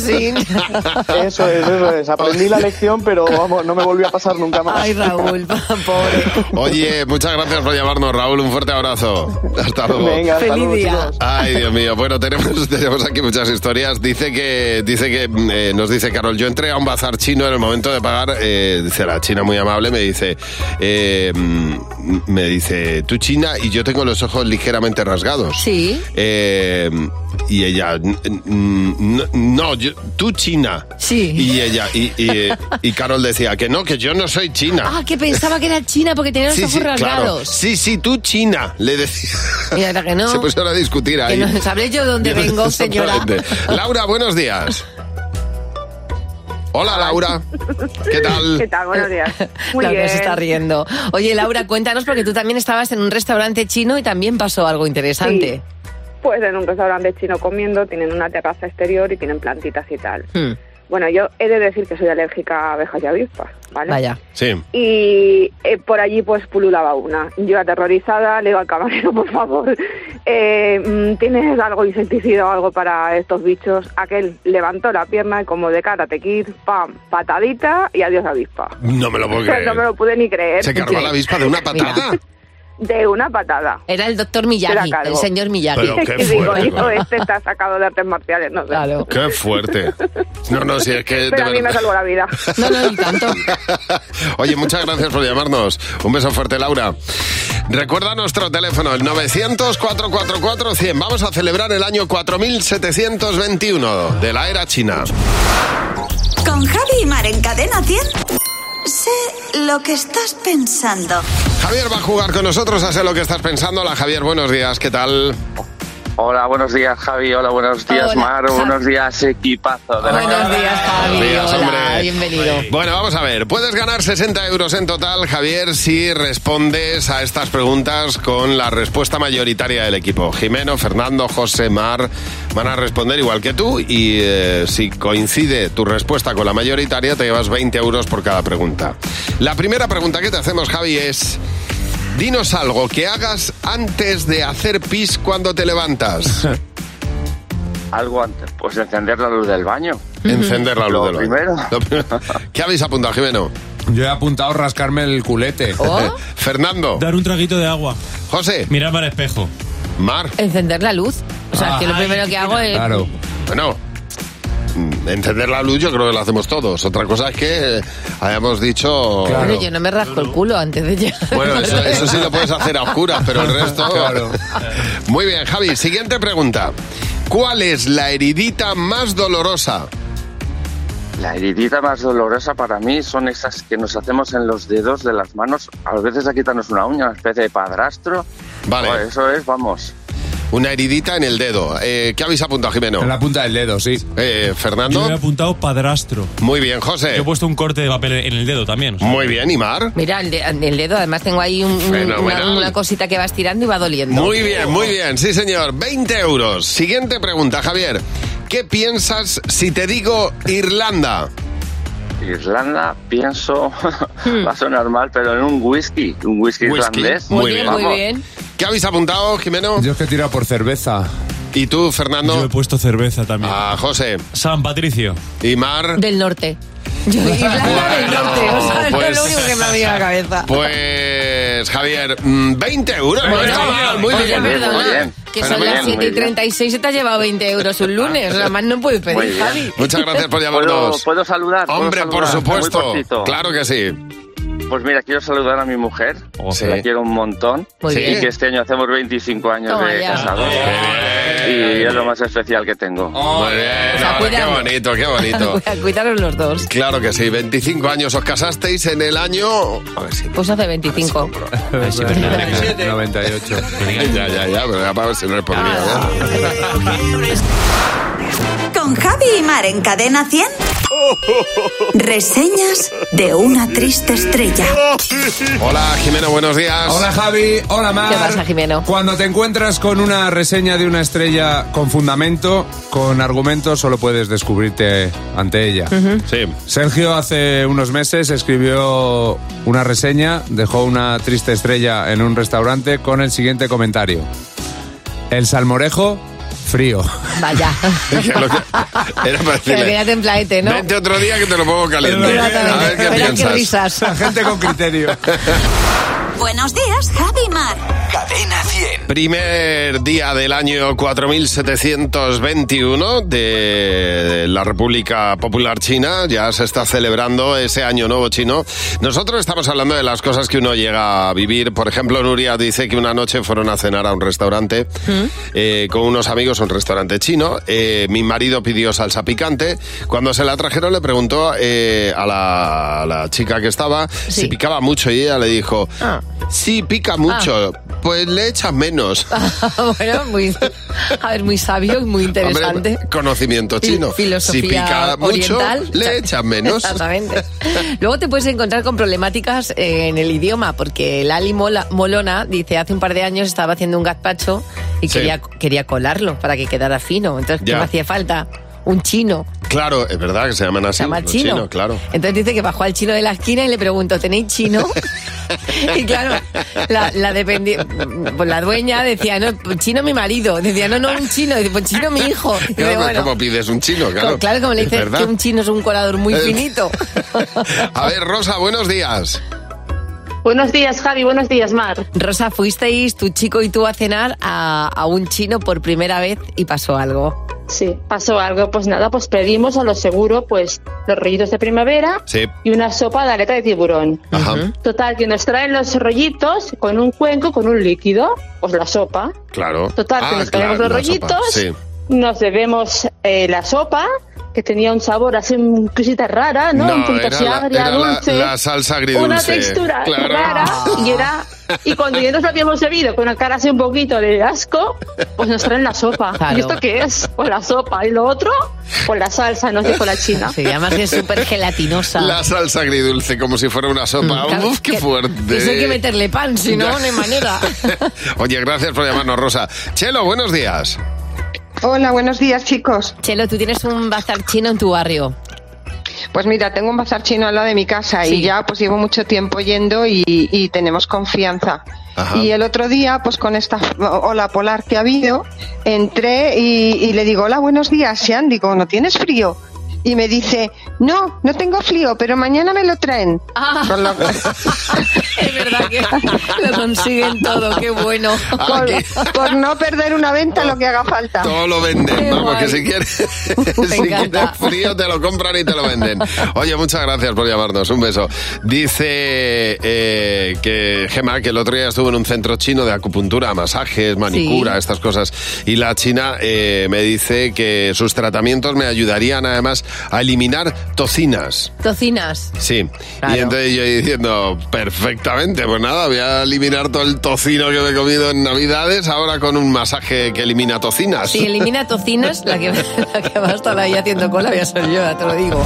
Speaker 19: Eso es, eso es. Aprendí la lección, pero vamos, no me volvió a pasar nunca más.
Speaker 3: Ay, Raúl, pobre.
Speaker 2: Oye, muchas gracias por llamarnos, Raúl. Un fuerte abrazo. Hasta luego.
Speaker 19: Venga, hasta Feliz luego, día. chicos.
Speaker 2: Ay, Dios mío. Bueno, tenemos, tenemos aquí muchas historias. Dice que, dice que eh, nos dice Carol, yo entré a un bazar chino en el momento de pagar. eh, dice la china muy amable, me dice, eh, mm, me dice, tú china y yo tengo los ojos ligeramente rasgados.
Speaker 3: Sí.
Speaker 2: Eh, y ella, "N- n- no, yo- tú china.
Speaker 3: Sí.
Speaker 2: Y ella, y, y, eh, y Carol decía, que no, que yo no soy china.
Speaker 3: Ah, que pensaba que era china porque tenía los
Speaker 2: Sí,
Speaker 3: ojos
Speaker 2: sí, claro.
Speaker 3: rasgados.
Speaker 2: Sí, sí, tú China, le decía.
Speaker 3: Mira, que no.
Speaker 2: Se pusieron a discutir
Speaker 3: Que
Speaker 2: pues ahí.
Speaker 3: no sabré yo dónde vengo, señora.
Speaker 2: Exactamente. Laura, buenos días. Hola, Laura. ¿Qué tal?
Speaker 20: ¿Qué tal? Buenos días. Muy
Speaker 3: Laura
Speaker 20: bien.
Speaker 3: se está riendo. Oye, Laura, cuéntanos porque tú también estabas en un restaurante chino y también pasó algo interesante.
Speaker 20: Pues en un restaurante chino comiendo, tienen una terraza exterior y tienen plantitas y tal.
Speaker 3: Hmm,
Speaker 20: Bueno, yo he de decir que soy alérgica a abejas y avispas, ¿vale?
Speaker 3: Vaya.
Speaker 2: Sí.
Speaker 20: Y eh, por allí pues pululaba una. Yo aterrorizada le digo al camarero, por favor, eh, mm, ¿tienes algo insecticida o algo para estos bichos? Aquel levantó la pierna y como de karate kid, pam, patadita y adiós avispa.
Speaker 2: No me lo puedo
Speaker 20: O sea,
Speaker 2: creer.
Speaker 20: no me lo pude ni creer.
Speaker 2: Se cargó la avispa de una patada.
Speaker 20: De una patada.
Speaker 3: Era el doctor Miyagi, el señor Miyagi.
Speaker 2: Pero qué
Speaker 20: y digo,
Speaker 2: fuerte,
Speaker 20: hijo,
Speaker 2: claro.
Speaker 20: este está sacado de artes marciales, no sé.
Speaker 2: Qué fuerte. No, no, si es que. Eh, de
Speaker 20: Pero a mí me
Speaker 2: verdad.
Speaker 20: salvó la vida.
Speaker 3: No, no, ni tanto.
Speaker 2: Oye, muchas gracias por llamarnos. Un beso fuerte, Laura. Recuerda nuestro teléfono, el 900-444-100. Vamos a celebrar el año 4721 de la era china.
Speaker 18: Con Javi y Mar en Cadena 100. Sé lo que estás pensando.
Speaker 2: Javier va a jugar con nosotros a Sé lo que estás pensando. Hola, Javier, buenos días, ¿qué tal?
Speaker 21: Hola, buenos días Javi, hola, buenos días Mar, buenos días equipazo. De la
Speaker 3: Buenos días, Javi.
Speaker 2: Ah, días,
Speaker 3: Hola,
Speaker 2: hombre.
Speaker 3: bienvenido.
Speaker 2: Bueno, vamos a ver. Puedes ganar 60 euros en total, Javier, si respondes a estas preguntas con la respuesta mayoritaria del equipo. Jimeno, Fernando, José, Mar van a responder igual que tú y eh, si coincide tu respuesta con la mayoritaria, te llevas 20 euros por cada pregunta. La primera pregunta que te hacemos, Javi, es... Dinos algo que hagas antes de hacer pis cuando te levantas.
Speaker 21: Algo antes, pues encender la luz del baño.
Speaker 2: Encender la luz
Speaker 21: Lo
Speaker 2: del baño.
Speaker 21: primero.
Speaker 2: Lo primero. ¿Qué habéis apuntado, Jimeno?
Speaker 22: Yo he apuntado rascarme el culete.
Speaker 6: ¿Oh?
Speaker 2: Fernando.
Speaker 22: Dar un traguito de agua.
Speaker 2: José.
Speaker 22: Mirar para el espejo.
Speaker 2: Mar.
Speaker 3: Encender la luz. O sea,
Speaker 2: Ah.
Speaker 3: que lo primero que hago es...
Speaker 2: Claro. Bueno, mm, encender la luz yo creo que lo hacemos todos. Otra cosa es que eh, hayamos dicho...
Speaker 3: Bueno, yo no me rasco el culo antes de ya.
Speaker 2: Bueno, eso, eso sí lo puedes hacer a oscuras, pero el resto... ¿eh? Muy bien, Javi. Siguiente pregunta. ¿Cuál es la heridita más dolorosa?
Speaker 21: La heridita más dolorosa para mí son esas que nos hacemos en los dedos de las manos. A veces a quitarnos una uña, una especie de padrastro.
Speaker 2: Vale.
Speaker 21: Joder, eso es, vamos.
Speaker 2: Una heridita en el dedo. Eh, ¿Qué habéis apuntado, Jimeno? En la punta del dedo, sí.
Speaker 4: Yo
Speaker 2: Fernando.
Speaker 4: me he apuntado padrastro.
Speaker 2: Muy bien, José.
Speaker 4: Yo he puesto un corte de papel en el dedo también.
Speaker 2: Muy bien, ¿y Mar?
Speaker 3: Mira, el, de- el dedo, además tengo ahí un- un-
Speaker 2: Fenomenal.
Speaker 3: una, una cosita que vas tirando y va doliendo.
Speaker 2: Muy bien, muy bien. Sí, señor. 20 euros. Siguiente pregunta, Javier. ¿Qué piensas si te digo Irlanda?
Speaker 21: Irlanda, pienso, va a sonar mal, pero en un whisky, un whisky,
Speaker 2: Whisky.
Speaker 21: irlandés. Vamos.
Speaker 2: ¿Qué habéis apuntado, Jimeno? Yo es que tira por cerveza. ¿Y tú, Fernando?
Speaker 4: Yo he puesto cerveza también.
Speaker 2: Ah, José.
Speaker 4: San Patricio.
Speaker 2: ¿Y Mar?
Speaker 3: Del norte. Yo, Irlanda del norte, o sea, es
Speaker 2: pues-
Speaker 3: lo único que me ha venido a la cabeza.
Speaker 2: Pues, Javier, mm, 20 euros. no
Speaker 3: Bueno,
Speaker 2: está mal, muy
Speaker 3: oye,
Speaker 2: bien.
Speaker 3: perdona, Que son las 7 y 36 y te has llevado 20 euros un lunes. Nada más no puedes
Speaker 2: Muy
Speaker 3: pedir,
Speaker 2: bien.
Speaker 3: Javi.
Speaker 2: Muchas gracias por
Speaker 21: ¿Puedo,
Speaker 2: llamarnos.
Speaker 21: puedo saludar? ¿Puedo
Speaker 2: Hombre, por
Speaker 21: saludar? Muy
Speaker 2: supuesto.
Speaker 21: cortito.
Speaker 2: Claro que sí. Oh,
Speaker 21: Pues mira, quiero saludar a mi mujer,
Speaker 2: Sí.
Speaker 21: que la quiero un montón,
Speaker 2: Muy
Speaker 21: y
Speaker 2: bien.
Speaker 21: que este año hacemos 25 años
Speaker 3: Toma
Speaker 21: de
Speaker 3: ya.
Speaker 21: casados. Y es lo más especial que tengo.
Speaker 2: Muy bien,
Speaker 3: sea,
Speaker 2: hombre, qué
Speaker 3: cuidado.
Speaker 2: bonito, qué bonito.
Speaker 3: eh, Cuidaros los dos.
Speaker 2: Claro que sí, 25 años os casasteis en el año... A ver si...
Speaker 3: Pues hace 25.
Speaker 2: Sí, 98. ya, ya, ya, pero ya para ver si no es por ¿eh? mí.
Speaker 18: Con Javi y Mar en Cadena 100. Reseñas de una triste estrella.
Speaker 2: Hola, Jimeno, buenos días.
Speaker 6: Hola Javi, hola Mar.
Speaker 3: ¿Qué pasa, Jimeno?
Speaker 6: Cuando te encuentras con una reseña de una estrella con fundamento, con argumentos, solo puedes descubrirte ante ella.
Speaker 2: Ujú. Sí.
Speaker 6: Sergio hace unos meses escribió una reseña, dejó una triste estrella en un restaurante con el siguiente comentario. El salmorejo frío.
Speaker 3: Vaya.
Speaker 2: Era para
Speaker 3: Pero que
Speaker 6: decirle,
Speaker 3: era templadete, ¿no?
Speaker 6: "Vente
Speaker 2: otro día que te lo pongo caliente.
Speaker 3: Exactamente.
Speaker 6: A ver qué
Speaker 3: Verás
Speaker 6: piensas.
Speaker 3: risas.
Speaker 6: La gente con criterio.
Speaker 18: Buenos días, Javi y Mar.
Speaker 5: Cadena 100.
Speaker 2: Primer día del año 4721 de la República Popular China. Ya se está celebrando ese año nuevo chino. Nosotros estamos hablando de las cosas que uno llega a vivir. Por ejemplo, Nuria dice que una noche fueron a cenar a un restaurante eh, con unos amigos, un restaurante chino. Eh, mi marido pidió salsa picante. Cuando se la trajeron le preguntó eh, a, la, a la chica que estaba si picaba mucho y ella le dijo, sí, pica mucho, pues le echas menos.
Speaker 3: Ah, bueno, muy, a ver, muy sabio y muy interesante.
Speaker 2: Hombre, conocimiento
Speaker 3: Fil-
Speaker 2: chino.
Speaker 3: filosofía
Speaker 2: si pica
Speaker 3: oriental.
Speaker 2: mucho, le echas menos.
Speaker 3: Exactamente. Luego te puedes encontrar con problemáticas eh, en el idioma, porque Lali Mola- Molona dice, hace un par de años estaba haciendo un gazpacho y
Speaker 2: Sí.
Speaker 3: quería, quería colarlo para que quedara fino. Entonces, ¿qué
Speaker 2: Ya.
Speaker 3: me hacía falta? Un chino.
Speaker 2: Claro, es verdad que se llaman así.
Speaker 3: Se llama
Speaker 2: los
Speaker 3: chino.
Speaker 2: chinos, claro.
Speaker 3: Entonces dice que bajó al chino de la esquina y le preguntó, ¿tenéis chino? y claro, la, la, dependi- pues la dueña decía, no, pues chino mi marido. Decía, no, no, un chino. Dice, pues chino mi hijo. Dice,
Speaker 2: Claro, pero
Speaker 3: bueno,
Speaker 2: ¿Cómo pides un chino? Claro,
Speaker 3: co- claro, como le
Speaker 2: Es
Speaker 3: dices
Speaker 2: verdad.
Speaker 3: que un chino es un colador muy
Speaker 2: Eh.
Speaker 3: finito.
Speaker 2: A ver, Rosa, buenos días.
Speaker 23: Buenos días, Javi. Buenos días, Mar.
Speaker 3: Rosa, fuisteis tu chico y tú a cenar a, a un chino por primera vez y pasó algo.
Speaker 23: Sí, pasó algo. Pues nada, pues pedimos a lo seguro, pues los rollitos de primavera
Speaker 2: Sí.
Speaker 23: y una sopa de aleta de tiburón.
Speaker 2: Ajá.
Speaker 23: Total, que nos traen los rollitos con un cuenco, con un líquido, pues la sopa.
Speaker 2: Claro.
Speaker 23: Total, que
Speaker 2: Ah,
Speaker 23: nos
Speaker 2: claro,
Speaker 23: comemos los
Speaker 2: la sopa,
Speaker 23: rollitos,
Speaker 2: Sí.
Speaker 23: nos bebemos eh, la sopa, que tenía un sabor así, una cosita rara, ¿no? un poquito así
Speaker 2: la,
Speaker 23: agria,
Speaker 2: era la-
Speaker 23: dulce.
Speaker 2: la salsa agridulce.
Speaker 23: Una textura
Speaker 2: Claro.
Speaker 23: rara y era... Y cuando ya nos lo habíamos bebido con la cara así un poquito de asco, pues nos traen la sopa.
Speaker 3: Claro.
Speaker 23: ¿Y esto qué es? Pues la sopa. Y lo otro, pues la salsa, nos dijo la china.
Speaker 3: Se llama que es súper gelatinosa.
Speaker 2: La salsa agridulce, como si fuera una sopa.
Speaker 3: Mm, Claro,
Speaker 2: Ah, Uf, qué
Speaker 3: que-
Speaker 2: fuerte.
Speaker 3: Eso hay que meterle pan, si no, no hay manera.
Speaker 2: Oye, gracias por llamarnos, Rosa. Chelo, buenos días.
Speaker 24: Hola, buenos días, chicos.
Speaker 3: Chelo, tú tienes un bazar chino en tu barrio.
Speaker 24: Pues mira, tengo un bazar chino al lado de mi casa y ya pues llevo mucho tiempo yendo y, y tenemos confianza. Y el otro día, pues con esta ola polar que ha habido, entré y, y le digo, hola, buenos días, Sean. Digo, ¿no tienes frío? Y me dice, No, no tengo frío, pero mañana me lo traen.
Speaker 1: Ah.
Speaker 24: Con lo-
Speaker 3: Es verdad que lo consiguen todo, qué bueno.
Speaker 24: por, por no perder una venta lo que haga falta.
Speaker 2: Ah, Todo lo venden, vamos, que si quieres, si quieres
Speaker 24: encanta.
Speaker 2: frío te lo compran y te lo venden. Oye, muchas gracias por llamarnos, un beso. Dice eh, que Gemma, que el otro día estuvo en un centro chino de acupuntura, masajes, manicura,
Speaker 7: Sí.
Speaker 2: estas cosas, y la china eh, me dice que sus tratamientos me ayudarían además a eliminar tocinas.
Speaker 3: Tocinas.
Speaker 2: Sí, y entonces yo diciendo, perfectamente, pues nada, voy a eliminar todo el tocino que me he comido en Navidades, ahora con un masaje que elimina tocinas.
Speaker 3: Si elimina tocinas, la que, la que va a estar ahí haciendo cola voy a ser yo, ya te lo digo.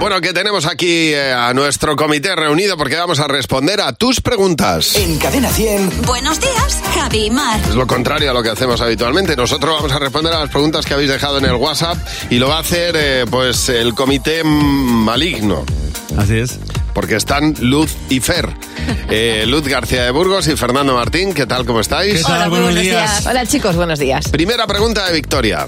Speaker 2: Bueno, que tenemos aquí eh, a nuestro comité reunido porque vamos a responder a tus preguntas.
Speaker 5: En Cadena 100.
Speaker 18: Buenos días, Javi y Mar.
Speaker 2: Es lo contrario a lo que hacemos habitualmente. Nosotros vamos a responder a las preguntas que habéis dejado en el WhatsApp y lo va a hacer eh, pues el comité maligno.
Speaker 4: Así es.
Speaker 2: Porque están Luz y Fer. Eh, Luz García de Burgos y Fernando Martín, ¿qué tal? ¿Cómo estáis?
Speaker 3: muy Hola chicos, buenos días.
Speaker 2: Primera pregunta de Victoria.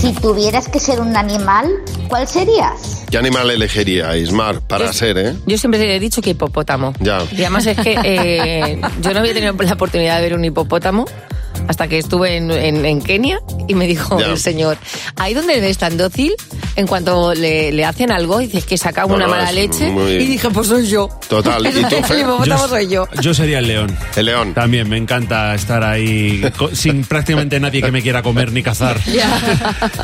Speaker 9: Si tuvieras que ser un animal, ¿cuál serías?
Speaker 2: ¿Qué animal elegiría, Ismar, para ser, eh?
Speaker 3: Yo siempre le he dicho que hipopótamo.
Speaker 2: Ya.
Speaker 3: Y además es que eh, yo no había tenido la oportunidad de ver un hipopótamo hasta que estuve en, en- en Kenia y me dijo
Speaker 2: Ya.
Speaker 3: el señor, ahí donde es tan dócil, en cuanto le, le hacen algo, dices que saca
Speaker 2: No,
Speaker 3: una
Speaker 2: no,
Speaker 3: mala
Speaker 2: es
Speaker 3: leche
Speaker 2: muy-
Speaker 3: y dije, pues soy yo.
Speaker 2: Total. ¿Y tú,
Speaker 3: el
Speaker 2: Fer?
Speaker 3: hipopótamo soy yo.
Speaker 4: Yo sería el león.
Speaker 2: El león.
Speaker 4: También me encanta estar ahí co- sin prácticamente nadie que me quiera comer ni cazar.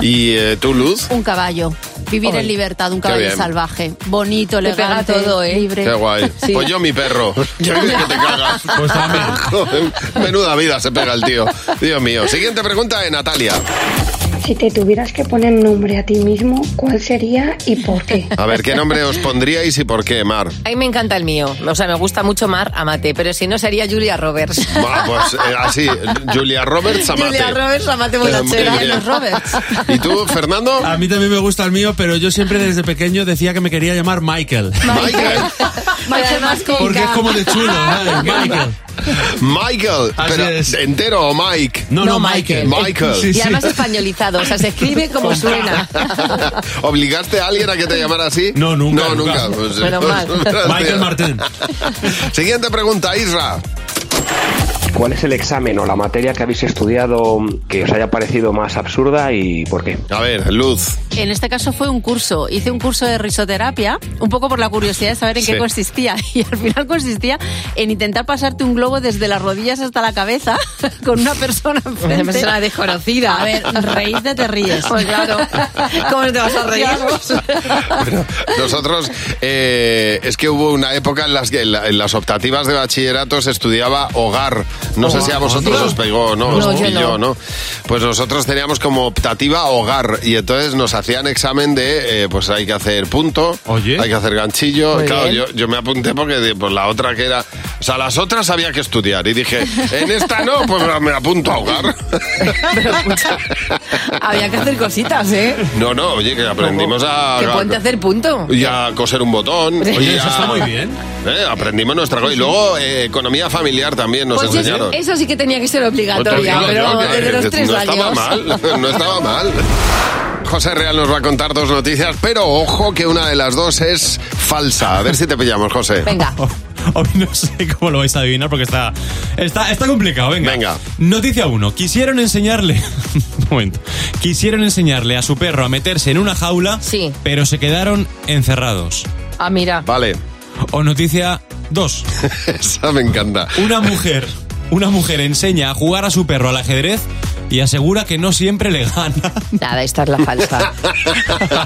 Speaker 2: ¿Y eh, tú, Luz?
Speaker 10: Un caballo. Vivir
Speaker 2: Ay,
Speaker 10: en libertad, un
Speaker 2: qué
Speaker 10: caballo
Speaker 2: bien.
Speaker 10: salvaje. Bonito,
Speaker 3: Te pega
Speaker 10: elegante,
Speaker 3: todo, ¿eh?
Speaker 10: libre.
Speaker 2: Qué guay.
Speaker 10: Sí.
Speaker 2: Pues yo mi perro. Ya ves que te cagas. Pues también. Menuda vida se pega el tío. Dios mío. Siguiente pregunta de Natalia.
Speaker 11: Si te tuvieras que poner nombre a ti mismo, ¿cuál sería y por qué?
Speaker 2: A ver, ¿qué nombre os pondríais y por qué, Mar?
Speaker 3: A mí me encanta el mío. O sea, me gusta mucho Mar Amate, pero si no sería Julia Roberts.
Speaker 2: Ah, pues eh, así, Julia Roberts Amate.
Speaker 3: Julia Roberts Amate
Speaker 2: Muy
Speaker 3: Bonachera.
Speaker 2: bien.
Speaker 3: Los Roberts.
Speaker 2: ¿Y tú, Fernando?
Speaker 4: A mí también me gusta el mío, pero yo siempre desde pequeño decía que me quería llamar Michael.
Speaker 10: Michael Mascota.
Speaker 4: Porque es como de chulo, ¿sabes? Michael.
Speaker 2: Michael. Pero, ¿Entero o Mike?
Speaker 4: No, no, Michael.
Speaker 2: Michael.
Speaker 3: Y además españolizado, o sea, se escribe como suena.
Speaker 2: ¿Obligaste a alguien a que te llamara así? No,
Speaker 4: nunca,
Speaker 2: No, nunca.
Speaker 4: nunca.
Speaker 2: Pues,
Speaker 4: Menos mal. Michael
Speaker 2: Martín. Siguiente pregunta, Isra.
Speaker 25: ¿Cuál es el examen o la materia que habéis estudiado que os haya parecido más absurda y por qué?
Speaker 2: A ver, Luz.
Speaker 10: En este caso fue un curso. Hice un curso de risoterapia, un poco por la curiosidad de saber en
Speaker 2: Sí.
Speaker 10: qué consistía. Y al final consistía en intentar pasarte un globo desde las rodillas hasta la cabeza con una persona enfrente.
Speaker 3: Una persona desconocida.
Speaker 10: A ver, reírte te ríes.
Speaker 3: Pues claro. ¿Cómo te vas a reír?
Speaker 2: Nosotros, eh, es que hubo una época en las que en, la- en las optativas de bachillerato se estudiaba hogar. No sé si a vosotros os pegó, ¿no?
Speaker 4: No,
Speaker 2: os
Speaker 4: yo no.
Speaker 2: pilló, ¿no? Pues nosotros teníamos como optativa hogar y entonces nos hacían examen de, eh, pues hay que hacer punto, hay que hacer ganchillo.
Speaker 4: Muy
Speaker 2: claro,
Speaker 4: bien.
Speaker 2: yo, yo me apunté porque de- pues, la otra que era... O sea, las otras había que estudiar y dije, en esta no, pues me apunto a hogar.
Speaker 3: Pero escucha, había que hacer cositas, ¿eh?
Speaker 2: No, no, oye, que aprendimos a...
Speaker 3: Que ponte a hacer punto.
Speaker 2: Y a coser un botón.
Speaker 3: Oye,
Speaker 4: eso
Speaker 2: a-
Speaker 4: está muy bien.
Speaker 2: Eh, aprendimos nuestra cosa. Y luego eh, economía familiar también nos
Speaker 3: Pues eso,
Speaker 2: enseñaron.
Speaker 3: eso sí que tenía que ser
Speaker 2: Pues te
Speaker 3: obligatoria,
Speaker 2: digo
Speaker 3: pero
Speaker 2: yo que
Speaker 3: desde los tres
Speaker 2: no
Speaker 3: años.
Speaker 2: estaba mal, no estaba mal. José Real nos va a contar dos noticias, pero ojo que una de las dos es falsa. A ver si te pillamos, José.
Speaker 3: Venga.
Speaker 4: Hoy no sé cómo lo vais a adivinar porque está, está, está complicado. Venga. Noticia 1. Quisieron enseñarle. Un momento. Quisieron enseñarle a su perro a meterse en una jaula,
Speaker 3: Sí.
Speaker 4: pero se quedaron encerrados.
Speaker 3: Ah, mira.
Speaker 2: Vale.
Speaker 4: O noticia 2.
Speaker 2: Esa me encanta.
Speaker 4: Una mujer, una mujer enseña a jugar a su perro al ajedrez y asegura que no siempre le gana.
Speaker 3: Nada, esta es la falsa.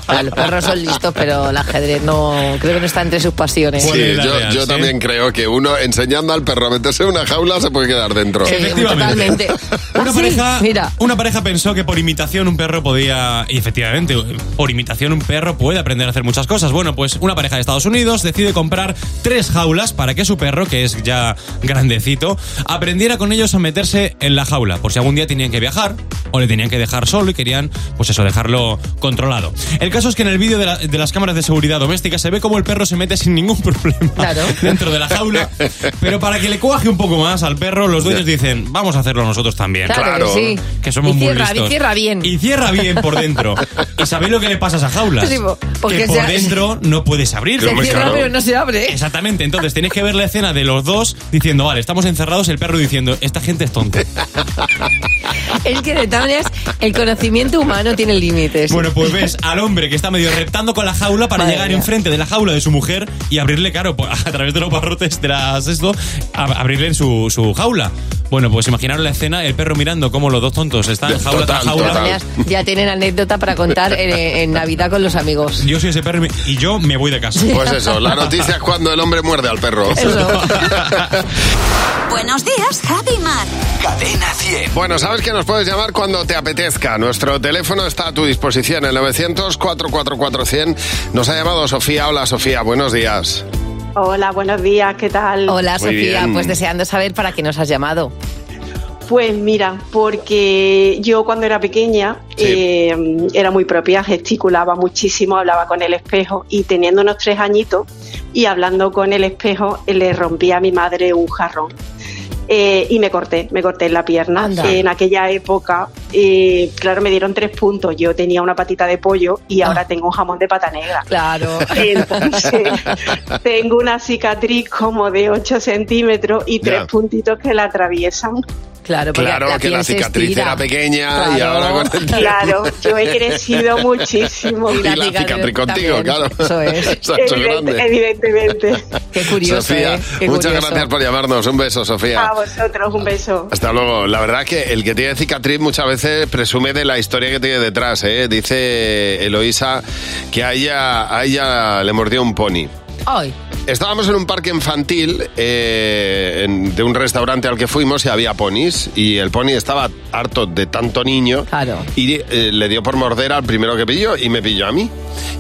Speaker 3: Ah, Los perros son listos, pero el ajedrez no. Creo que no está entre sus pasiones.
Speaker 2: Sí, yo, yo
Speaker 3: ¿eh?
Speaker 2: también creo que uno enseñando al perro a meterse en una jaula se puede quedar dentro.
Speaker 3: Sí, totalmente.
Speaker 4: Una,
Speaker 3: Ah, sí,
Speaker 4: pareja,
Speaker 3: Mira.
Speaker 4: una pareja pensó que por imitación un perro podía. Y efectivamente, por imitación un perro puede aprender a hacer muchas cosas. Bueno, pues una pareja de Estados Unidos decide comprar tres jaulas para que su perro, que es ya grandecito, aprendiera con ellos a meterse en la jaula. Por si algún día tenían que viajar
Speaker 26: o le tenían que dejar solo y querían, pues eso, dejarlo controlado. El caso es que en el vídeo de, la- de las cámaras de seguridad doméstica se ve como el perro se mete sin ningún problema dentro de la jaula, pero para que le cuaje un poco más al perro, los dueños dicen, vamos a hacerlo nosotros también.
Speaker 3: Claro que sí.
Speaker 26: Que somos
Speaker 3: y
Speaker 26: muy
Speaker 3: cierra,
Speaker 26: listos.
Speaker 3: Y cierra bien.
Speaker 26: Y cierra bien por dentro. ¿Y sabéis lo que le pasa a esa jaula?
Speaker 3: Sí, po- porque
Speaker 26: que por
Speaker 3: se-
Speaker 26: dentro no puedes abrir.
Speaker 3: Se cierra, pero no se abre.
Speaker 26: Exactamente, entonces tenéis que ver la escena de los dos diciendo, vale, estamos encerrados, el perro diciendo, esta gente es tonta.
Speaker 3: Es que de todas maneras, el conocimiento humano tiene límites.
Speaker 26: Bueno, pues ves al hombre que está medio reptando con la jaula para
Speaker 3: Madre
Speaker 26: llegar
Speaker 3: mía.
Speaker 26: enfrente de la jaula de su mujer y abrirle, claro, por- a través de los barrotes tras esto, a- abrirle su, su jaula. Bueno, pues imaginaros la escena, el perro mirando cómo los dos tontos están jaula tras
Speaker 3: De
Speaker 26: jaula.
Speaker 3: todas maneras, ya tienen anécdota para contar en, en Navidad con los amigos.
Speaker 26: Yo soy ese perro y me- y yo me voy de casa.
Speaker 2: Pues eso, la noticia es cuando el hombre muerde al perro.
Speaker 18: Buenos días, Javi Mar.
Speaker 27: Cadena 100.
Speaker 2: Bueno, sabes que nos puedes llamar cuando te apetezca. Nuestro teléfono está a tu disposición, el 900-444-100. Nos ha llamado Sofía. Hola, Sofía, buenos días.
Speaker 10: Hola, buenos días, ¿qué tal?
Speaker 3: Hola,
Speaker 2: Muy
Speaker 3: Sofía.
Speaker 2: bien.
Speaker 3: Pues deseando saber para qué nos has llamado.
Speaker 10: Pues mira, porque yo cuando era pequeña eh, era muy propia, gesticulaba muchísimo, hablaba con el espejo y teniendo unos tres añitos y hablando con el espejo eh, le rompí a mi madre un jarrón. Eh, y me corté, me corté en la pierna.
Speaker 28: Anda.
Speaker 10: En aquella época, eh, claro, me dieron tres puntos. Yo tenía una patita de pollo y ahora tengo un jamón de pata negra.
Speaker 3: Ah. Claro.
Speaker 10: Entonces, tengo una cicatriz como de 8 centímetros y
Speaker 2: Ya.
Speaker 10: tres puntitos que la atraviesan.
Speaker 3: Claro,
Speaker 2: Claro que la cicatriz era pequeña y
Speaker 10: Claro.
Speaker 2: ahora con el
Speaker 10: Claro, yo he crecido muchísimo.
Speaker 2: Y la cicatriz contigo, claro. Se ha hecho
Speaker 10: Evidente-
Speaker 2: grande.
Speaker 10: Evidentemente.
Speaker 3: Qué
Speaker 2: Sofía, muchas gracias por llamarnos. Un beso, Sofía.
Speaker 10: A vosotros, un beso.
Speaker 2: Hasta luego. La verdad es que el que tiene cicatriz muchas veces presume de la historia que tiene detrás. ¿eh? Dice Eloisa que a ella, a ella le mordió un pony.
Speaker 3: Hoy.
Speaker 2: Estábamos en un parque infantil eh, en- de un restaurante al que fuimos y había ponis y el pony estaba harto de tanto niño y eh, le dio por morder al primero que pilló y me pilló a mí.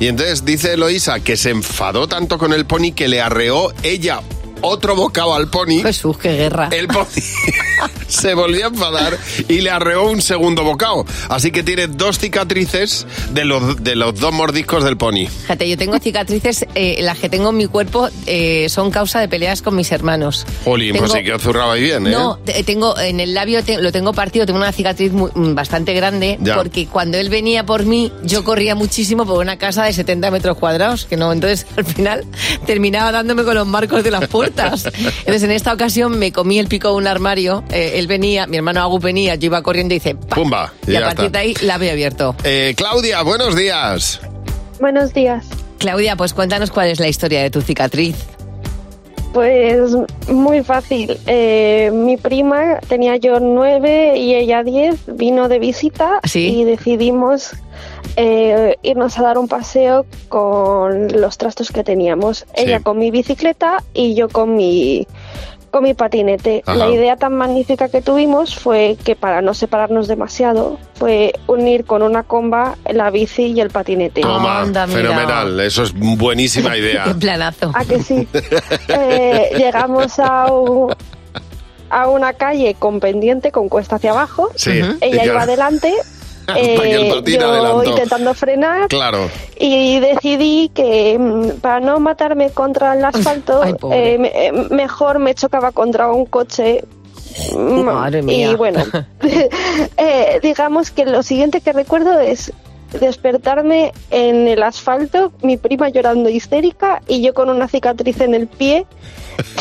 Speaker 2: Y entonces dice Eloisa que se enfadó tanto con el pony que le arreó ella otro bocado al pony.
Speaker 3: Jesús, qué guerra.
Speaker 2: El pony se volvió a enfadar y le arreó un segundo bocado. Así que tiene dos cicatrices de los, de los dos mordiscos del pony.
Speaker 3: Fíjate, yo tengo cicatrices, eh, las que tengo en mi cuerpo eh, son causa de peleas con mis hermanos.
Speaker 2: Jolín, pues
Speaker 3: Tengo-
Speaker 2: sí que os zurraba bien, ¿eh?
Speaker 3: No, te- tengo en el labio te- lo tengo partido, tengo una cicatriz muy- mm, bastante grande
Speaker 2: Ya.
Speaker 3: porque cuando él venía por mí yo corría muchísimo por una casa de 70 metros cuadrados, que no, entonces al final terminaba dándome con los marcos de las puertas. Entonces en esta ocasión me comí el pico de un armario, eh, él venía, mi hermano Agus venía, yo iba corriendo y dice, ¡pam!
Speaker 2: Pumba.
Speaker 3: y,
Speaker 2: ya
Speaker 3: a partir
Speaker 2: está.
Speaker 3: de ahí labio abierto.
Speaker 2: Eh, Claudia, buenos días.
Speaker 13: Buenos días.
Speaker 3: Claudia, pues cuéntanos cuál es la historia de tu cicatriz.
Speaker 13: Pues muy fácil. Eh, mi prima tenía yo nueve y ella diez, vino de visita y decidimos eh, irnos a dar un paseo con los trastos que teníamos. Ella con mi bicicleta y yo con mi con mi patinete.
Speaker 9: Ajá.
Speaker 13: La idea tan magnífica que tuvimos fue que para no separarnos demasiado fue unir con una comba la bici y el patinete.
Speaker 2: Toma, fenomenal. Eso es buenísima idea.
Speaker 3: planazo.
Speaker 13: ¿A que sí? Eh, llegamos a, un- a una calle con pendiente, con cuesta hacia abajo.
Speaker 2: Sí. Ujú. Y
Speaker 13: Ella
Speaker 2: claro.
Speaker 13: iba adelante, eh,
Speaker 2: que el patín
Speaker 13: yo
Speaker 2: adelantó.
Speaker 13: intentando frenar.
Speaker 2: Claro.
Speaker 13: Y decidí que mm, para no matarme contra el asfalto, eh, me- eh, mejor me chocaba contra un coche. Mm,
Speaker 3: Madre
Speaker 13: Y
Speaker 3: mía.
Speaker 13: bueno, eh, digamos que lo siguiente que recuerdo es despertarme en el asfalto, mi prima llorando histérica y yo con una cicatriz en el pie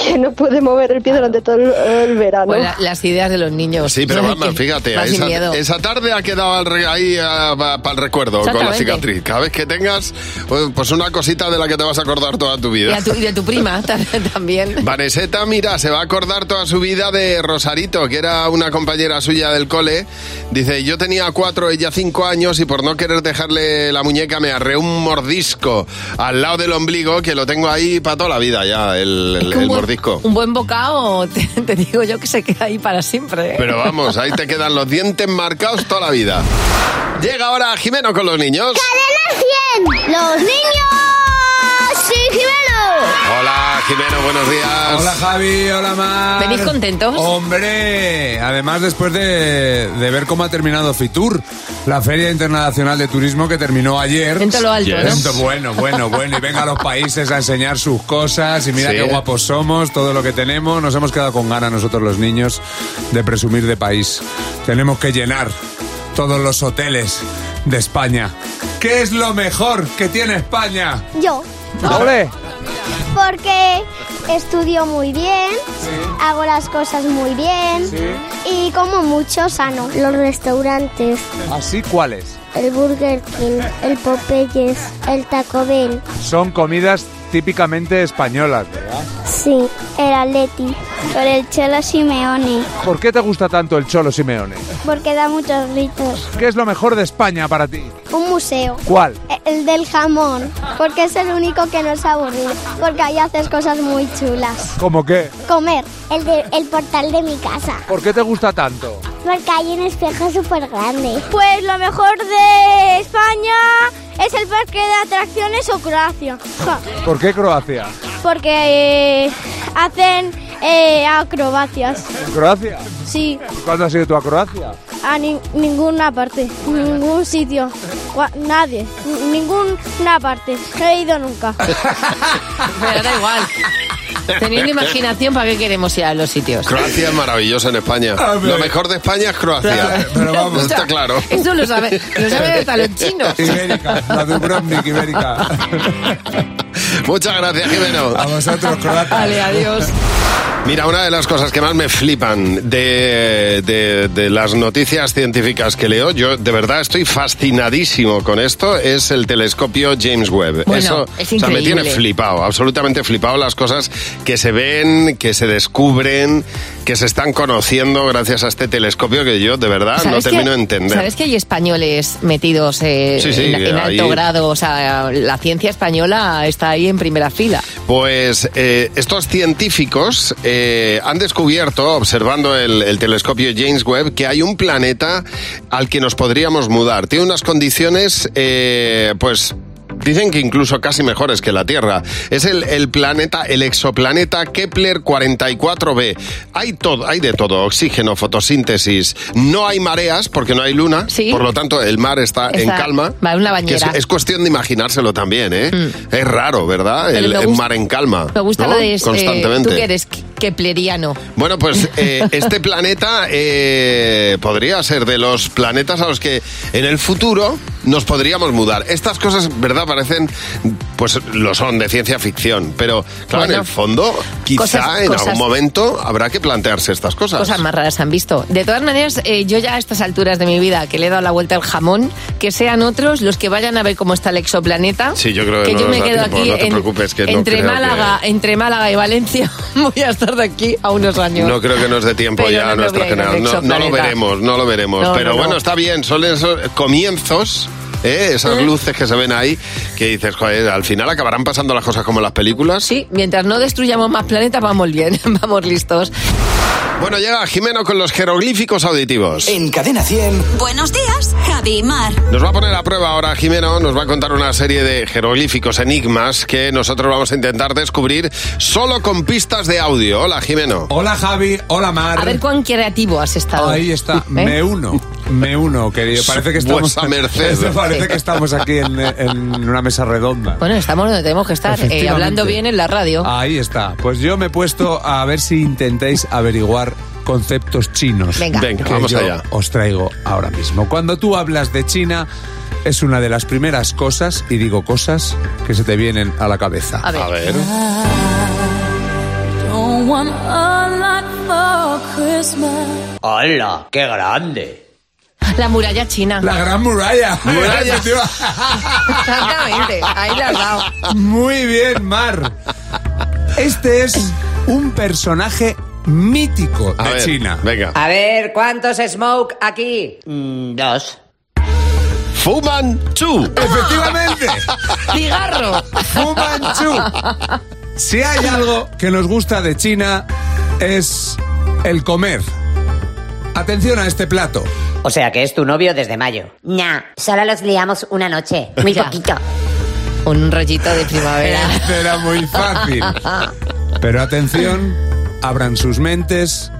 Speaker 13: que no pude mover el pie durante todo el, el verano.
Speaker 3: Pues la- las ideas de los niños.
Speaker 2: Sí, pero
Speaker 3: ¿Sabes
Speaker 2: Batman,
Speaker 3: qué?
Speaker 2: fíjate,
Speaker 3: Más sin miedo.
Speaker 2: esa, esa tarde ha quedado al re- ahí ah, pa- para el recuerdo con la
Speaker 3: Exactamente.
Speaker 2: cicatriz. Cada vez que tengas, eh, pues una cosita de la que te vas a acordar toda tu
Speaker 3: Y,
Speaker 2: vida.
Speaker 3: a tu- y de tu prima tam- también.
Speaker 2: Vaneseta, mira, se va a acordar toda su vida de Rosarito, que era una compañera suya del cole. Dice, yo tenía cuatro, ella cinco años y por no querer dejarle la muñeca me arreé un mordisco al lado del ombligo, que lo tengo ahí para toda la vida ya, el, el-
Speaker 3: que un
Speaker 2: el
Speaker 3: buen-
Speaker 2: mordisco.
Speaker 3: Un buen bocado, te, te digo yo que se queda ahí para siempre. ¿eh?
Speaker 2: Pero vamos, ahí te quedan los dientes marcados toda la vida. Llega ahora Jimeno con los niños.
Speaker 12: ¡Cadena 100! ¡Los niños! ¡Sí, Jimeno!
Speaker 2: Hola, Jimeno, buenos días.
Speaker 6: Hola Javi, hola Mar.
Speaker 3: ¿Venís contentos?
Speaker 6: Oh, Hombre, además después de, de ver cómo ha terminado Fitur, la Feria Internacional de Turismo que terminó ayer.
Speaker 3: En todo lo alto, ¿no?
Speaker 6: Ento- Bueno, bueno, bueno. Y venga a los países a enseñar sus cosas y mira
Speaker 2: Sí.
Speaker 6: qué guapos somos, todo lo que tenemos. Nos hemos quedado con ganas nosotros los niños de presumir de país. Tenemos que llenar todos los hoteles de España. ¿Qué es lo mejor que tiene España?
Speaker 12: Yo,
Speaker 6: ¡Ole!
Speaker 12: porque estudio muy bien, hago las cosas muy bien y como mucho sano. Los restaurantes,
Speaker 6: ¿Así cuáles?
Speaker 12: el Burger King, el Popeyes, el Taco Bell,
Speaker 6: Son comidas típicamente españolas, ¿verdad?
Speaker 12: sí, el Atleti, por el Chelo Simeone,
Speaker 6: ¿Por qué te gusta tanto el Cholo Simeone?
Speaker 12: porque da muchos gritos.
Speaker 6: ¿Qué es lo mejor de España para ti?
Speaker 12: Un museo.
Speaker 6: ¿Cuál?
Speaker 12: El del jamón, porque es el único que no es aburrido, porque ahí haces cosas muy chulas.
Speaker 6: ¿Cómo qué?
Speaker 12: Comer. El, de- el portal de mi casa.
Speaker 6: ¿Por qué te gusta tanto?
Speaker 12: Porque hay un espejo súper grande. Pues lo mejor de España es el parque de atracciones o Croacia. Ja,
Speaker 6: ¿Por qué Croacia?
Speaker 12: Porque eh, hacen eh, acrobacias.
Speaker 6: ¿Croacia?
Speaker 12: Sí,
Speaker 6: ¿Cuándo has ido tú a Croacia?
Speaker 12: a ni- ninguna parte, ningún sitio, Gua- nadie, n- ninguna parte. No he ido nunca.
Speaker 3: Pero da igual. Teniendo imaginación, ¿para qué queremos ir a los sitios?
Speaker 2: Croacia es maravillosa en España. Lo mejor de España es Croacia. Está claro.
Speaker 3: Eso lo saben lo saben hasta los chinos.
Speaker 6: Ibérica, la Dubrovnik Ibérica.
Speaker 2: Muchas gracias, Jimeno.
Speaker 6: A vosotros, croatas.
Speaker 3: Vale, adiós.
Speaker 2: Mira, una de las cosas que más me flipan de, de- de las noticias científicas que leo, yo de verdad estoy fascinadísimo con esto, es el telescopio James Webb.
Speaker 3: Bueno,
Speaker 2: Eso
Speaker 3: es
Speaker 2: o sea, me
Speaker 3: increíble.
Speaker 2: tiene flipado, absolutamente flipado las cosas que se ven, que se descubren, que se están conociendo gracias a este telescopio que yo de verdad no
Speaker 3: ¿Sabes
Speaker 2: Ah, termino
Speaker 3: que-
Speaker 2: de entender.
Speaker 3: ¿Sabes que hay españoles metidos eh,
Speaker 2: Sí, sí,
Speaker 3: en, en alto
Speaker 2: ahí-
Speaker 3: grado? O sea, la ciencia española está ahí en primera fila.
Speaker 2: Pues eh, estos científicos eh, han descubierto, observando el, el telescopio James Webb, que hay un planeta al que nos podríamos mudar. Tiene unas condiciones, eh, pues... Dicen que incluso casi mejores que la Tierra. Es el, el planeta, el exoplaneta Kepler 44b. Hay todo, hay de todo. Oxígeno, fotosíntesis. No hay mareas porque no hay luna. Por lo tanto, el mar está, en
Speaker 3: Está-
Speaker 2: calma.
Speaker 3: va en una
Speaker 2: Que es,
Speaker 3: bañera.
Speaker 2: es cuestión de imaginárselo también, ¿eh? Es raro, ¿verdad?
Speaker 3: Mm. Pero
Speaker 2: El,
Speaker 3: me
Speaker 2: el
Speaker 3: gusta-
Speaker 2: mar en calma.
Speaker 3: Me gusta
Speaker 2: ¿no?
Speaker 3: lo de... eh,
Speaker 2: Constantemente.
Speaker 3: tú que eres ke- kepleriano.
Speaker 2: Bueno, pues eh, este planeta eh, podría ser de los planetas a los que en el futuro nos podríamos mudar. Estas cosas, ¿verdad? Parecen, pues lo son de ciencia ficción, pero claro, en
Speaker 3: Bueno.
Speaker 2: el fondo, quizá
Speaker 3: Cosas-
Speaker 2: en
Speaker 3: cosas-
Speaker 2: algún momento habrá que plantearse estas cosas.
Speaker 3: Cosas más raras han visto. De todas maneras, eh, yo ya a estas alturas de mi vida, que le he dado la vuelta al jamón, que sean otros los que vayan a ver cómo está el exoplaneta.
Speaker 2: Sí, yo creo que no
Speaker 3: yo
Speaker 2: nos
Speaker 3: me
Speaker 2: da
Speaker 3: quedo
Speaker 2: tiempo,
Speaker 3: aquí
Speaker 2: no te
Speaker 3: en-
Speaker 2: preocupes, que no
Speaker 3: entre,
Speaker 2: creo que-
Speaker 3: Málaga, entre Málaga y Valencia. Voy a estar de aquí a unos años.
Speaker 2: No creo que nos dé tiempo
Speaker 3: Pero
Speaker 2: ya
Speaker 3: no
Speaker 2: a
Speaker 3: me
Speaker 2: nuestra
Speaker 3: voy a ir al
Speaker 2: generación. No, no lo
Speaker 3: exoplaneta.
Speaker 2: veremos, no lo veremos.
Speaker 3: No,
Speaker 2: pero
Speaker 3: no, no.
Speaker 2: bueno, está bien, son esos comienzos. ¿eh? Esas luces que se ven ahí, que dices, joder, al final acabarán pasando las cosas como en las películas.
Speaker 3: Sí, mientras no destruyamos más planetas, vamos bien, vamos listos.
Speaker 2: Bueno, llega Jimeno con los jeroglíficos auditivos.
Speaker 5: En Cadena 100.
Speaker 18: Buenos días, Javi y Mar.
Speaker 2: Nos va a poner a prueba ahora Jimeno, nos va a contar una serie de jeroglíficos, enigmas, que nosotros vamos a intentar descubrir solo con pistas de audio. Hola, Jimeno.
Speaker 6: Hola Javi, hola Mar.
Speaker 3: A ver cuán creativo has estado. ¿Eh?
Speaker 6: Ahí está, me uno, me uno, querido. Parece que estamos
Speaker 2: Vuesa merced.
Speaker 6: Esto parece que estamos aquí en, en una mesa redonda.
Speaker 3: Bueno, estamos donde tenemos que estar, eh,
Speaker 6: Efectivamente.
Speaker 3: hablando bien en la radio.
Speaker 6: Ahí está. Pues yo me he puesto a ver si intentáis averiguar conceptos chinos.
Speaker 3: Venga. Venga,
Speaker 6: que
Speaker 2: vamos
Speaker 6: yo
Speaker 2: allá.
Speaker 6: Os traigo ahora mismo. Cuando tú hablas de China, es una de las primeras cosas, y digo cosas, que se te vienen a la cabeza.
Speaker 3: A ver. A ver.
Speaker 14: Don't want a lot for Christmas.
Speaker 15: ¡Hala! ¡Qué grande!
Speaker 3: La muralla china.
Speaker 6: La gran muralla.
Speaker 15: Muralla.
Speaker 3: Exactamente, ahí la has dado.
Speaker 6: Muy bien, Mar. Este es un personaje mítico de China.
Speaker 2: Venga.
Speaker 16: A ver, ¿cuántos smoke aquí?
Speaker 15: Dos.
Speaker 2: Fu Manchu.
Speaker 6: Efectivamente.
Speaker 3: Cigarro.
Speaker 6: Fu Manchu. Si hay algo que nos gusta de China es el comer. Atención a este plato.
Speaker 16: O sea que es tu novio desde mayo.
Speaker 17: Nah, solo los liamos una noche. Muy poquito.
Speaker 3: Un rollito de primavera.
Speaker 6: Era muy fácil. Pero atención, abran sus mentes.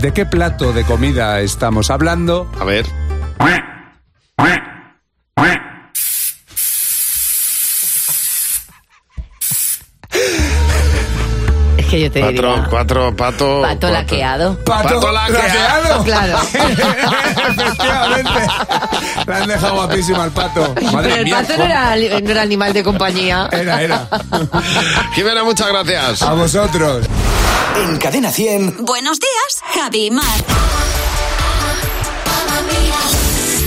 Speaker 6: ¿De qué plato de comida estamos hablando?
Speaker 2: A ver.
Speaker 3: Es que yo te
Speaker 2: Patrón,
Speaker 3: diría.
Speaker 2: pato, pato.
Speaker 3: Pato laqueado.
Speaker 2: Pato laqueado.
Speaker 3: Claro.
Speaker 6: La han dejado guapísima al pato. Madre
Speaker 3: Pero el
Speaker 6: mía,
Speaker 3: pato no
Speaker 6: ¿cómo?
Speaker 3: era, li- no era animal de compañía.
Speaker 6: Era, era.
Speaker 2: Jimena, muchas gracias.
Speaker 6: A vosotros.
Speaker 5: En Cadena 100.
Speaker 18: Buenos días, Javi y Mar.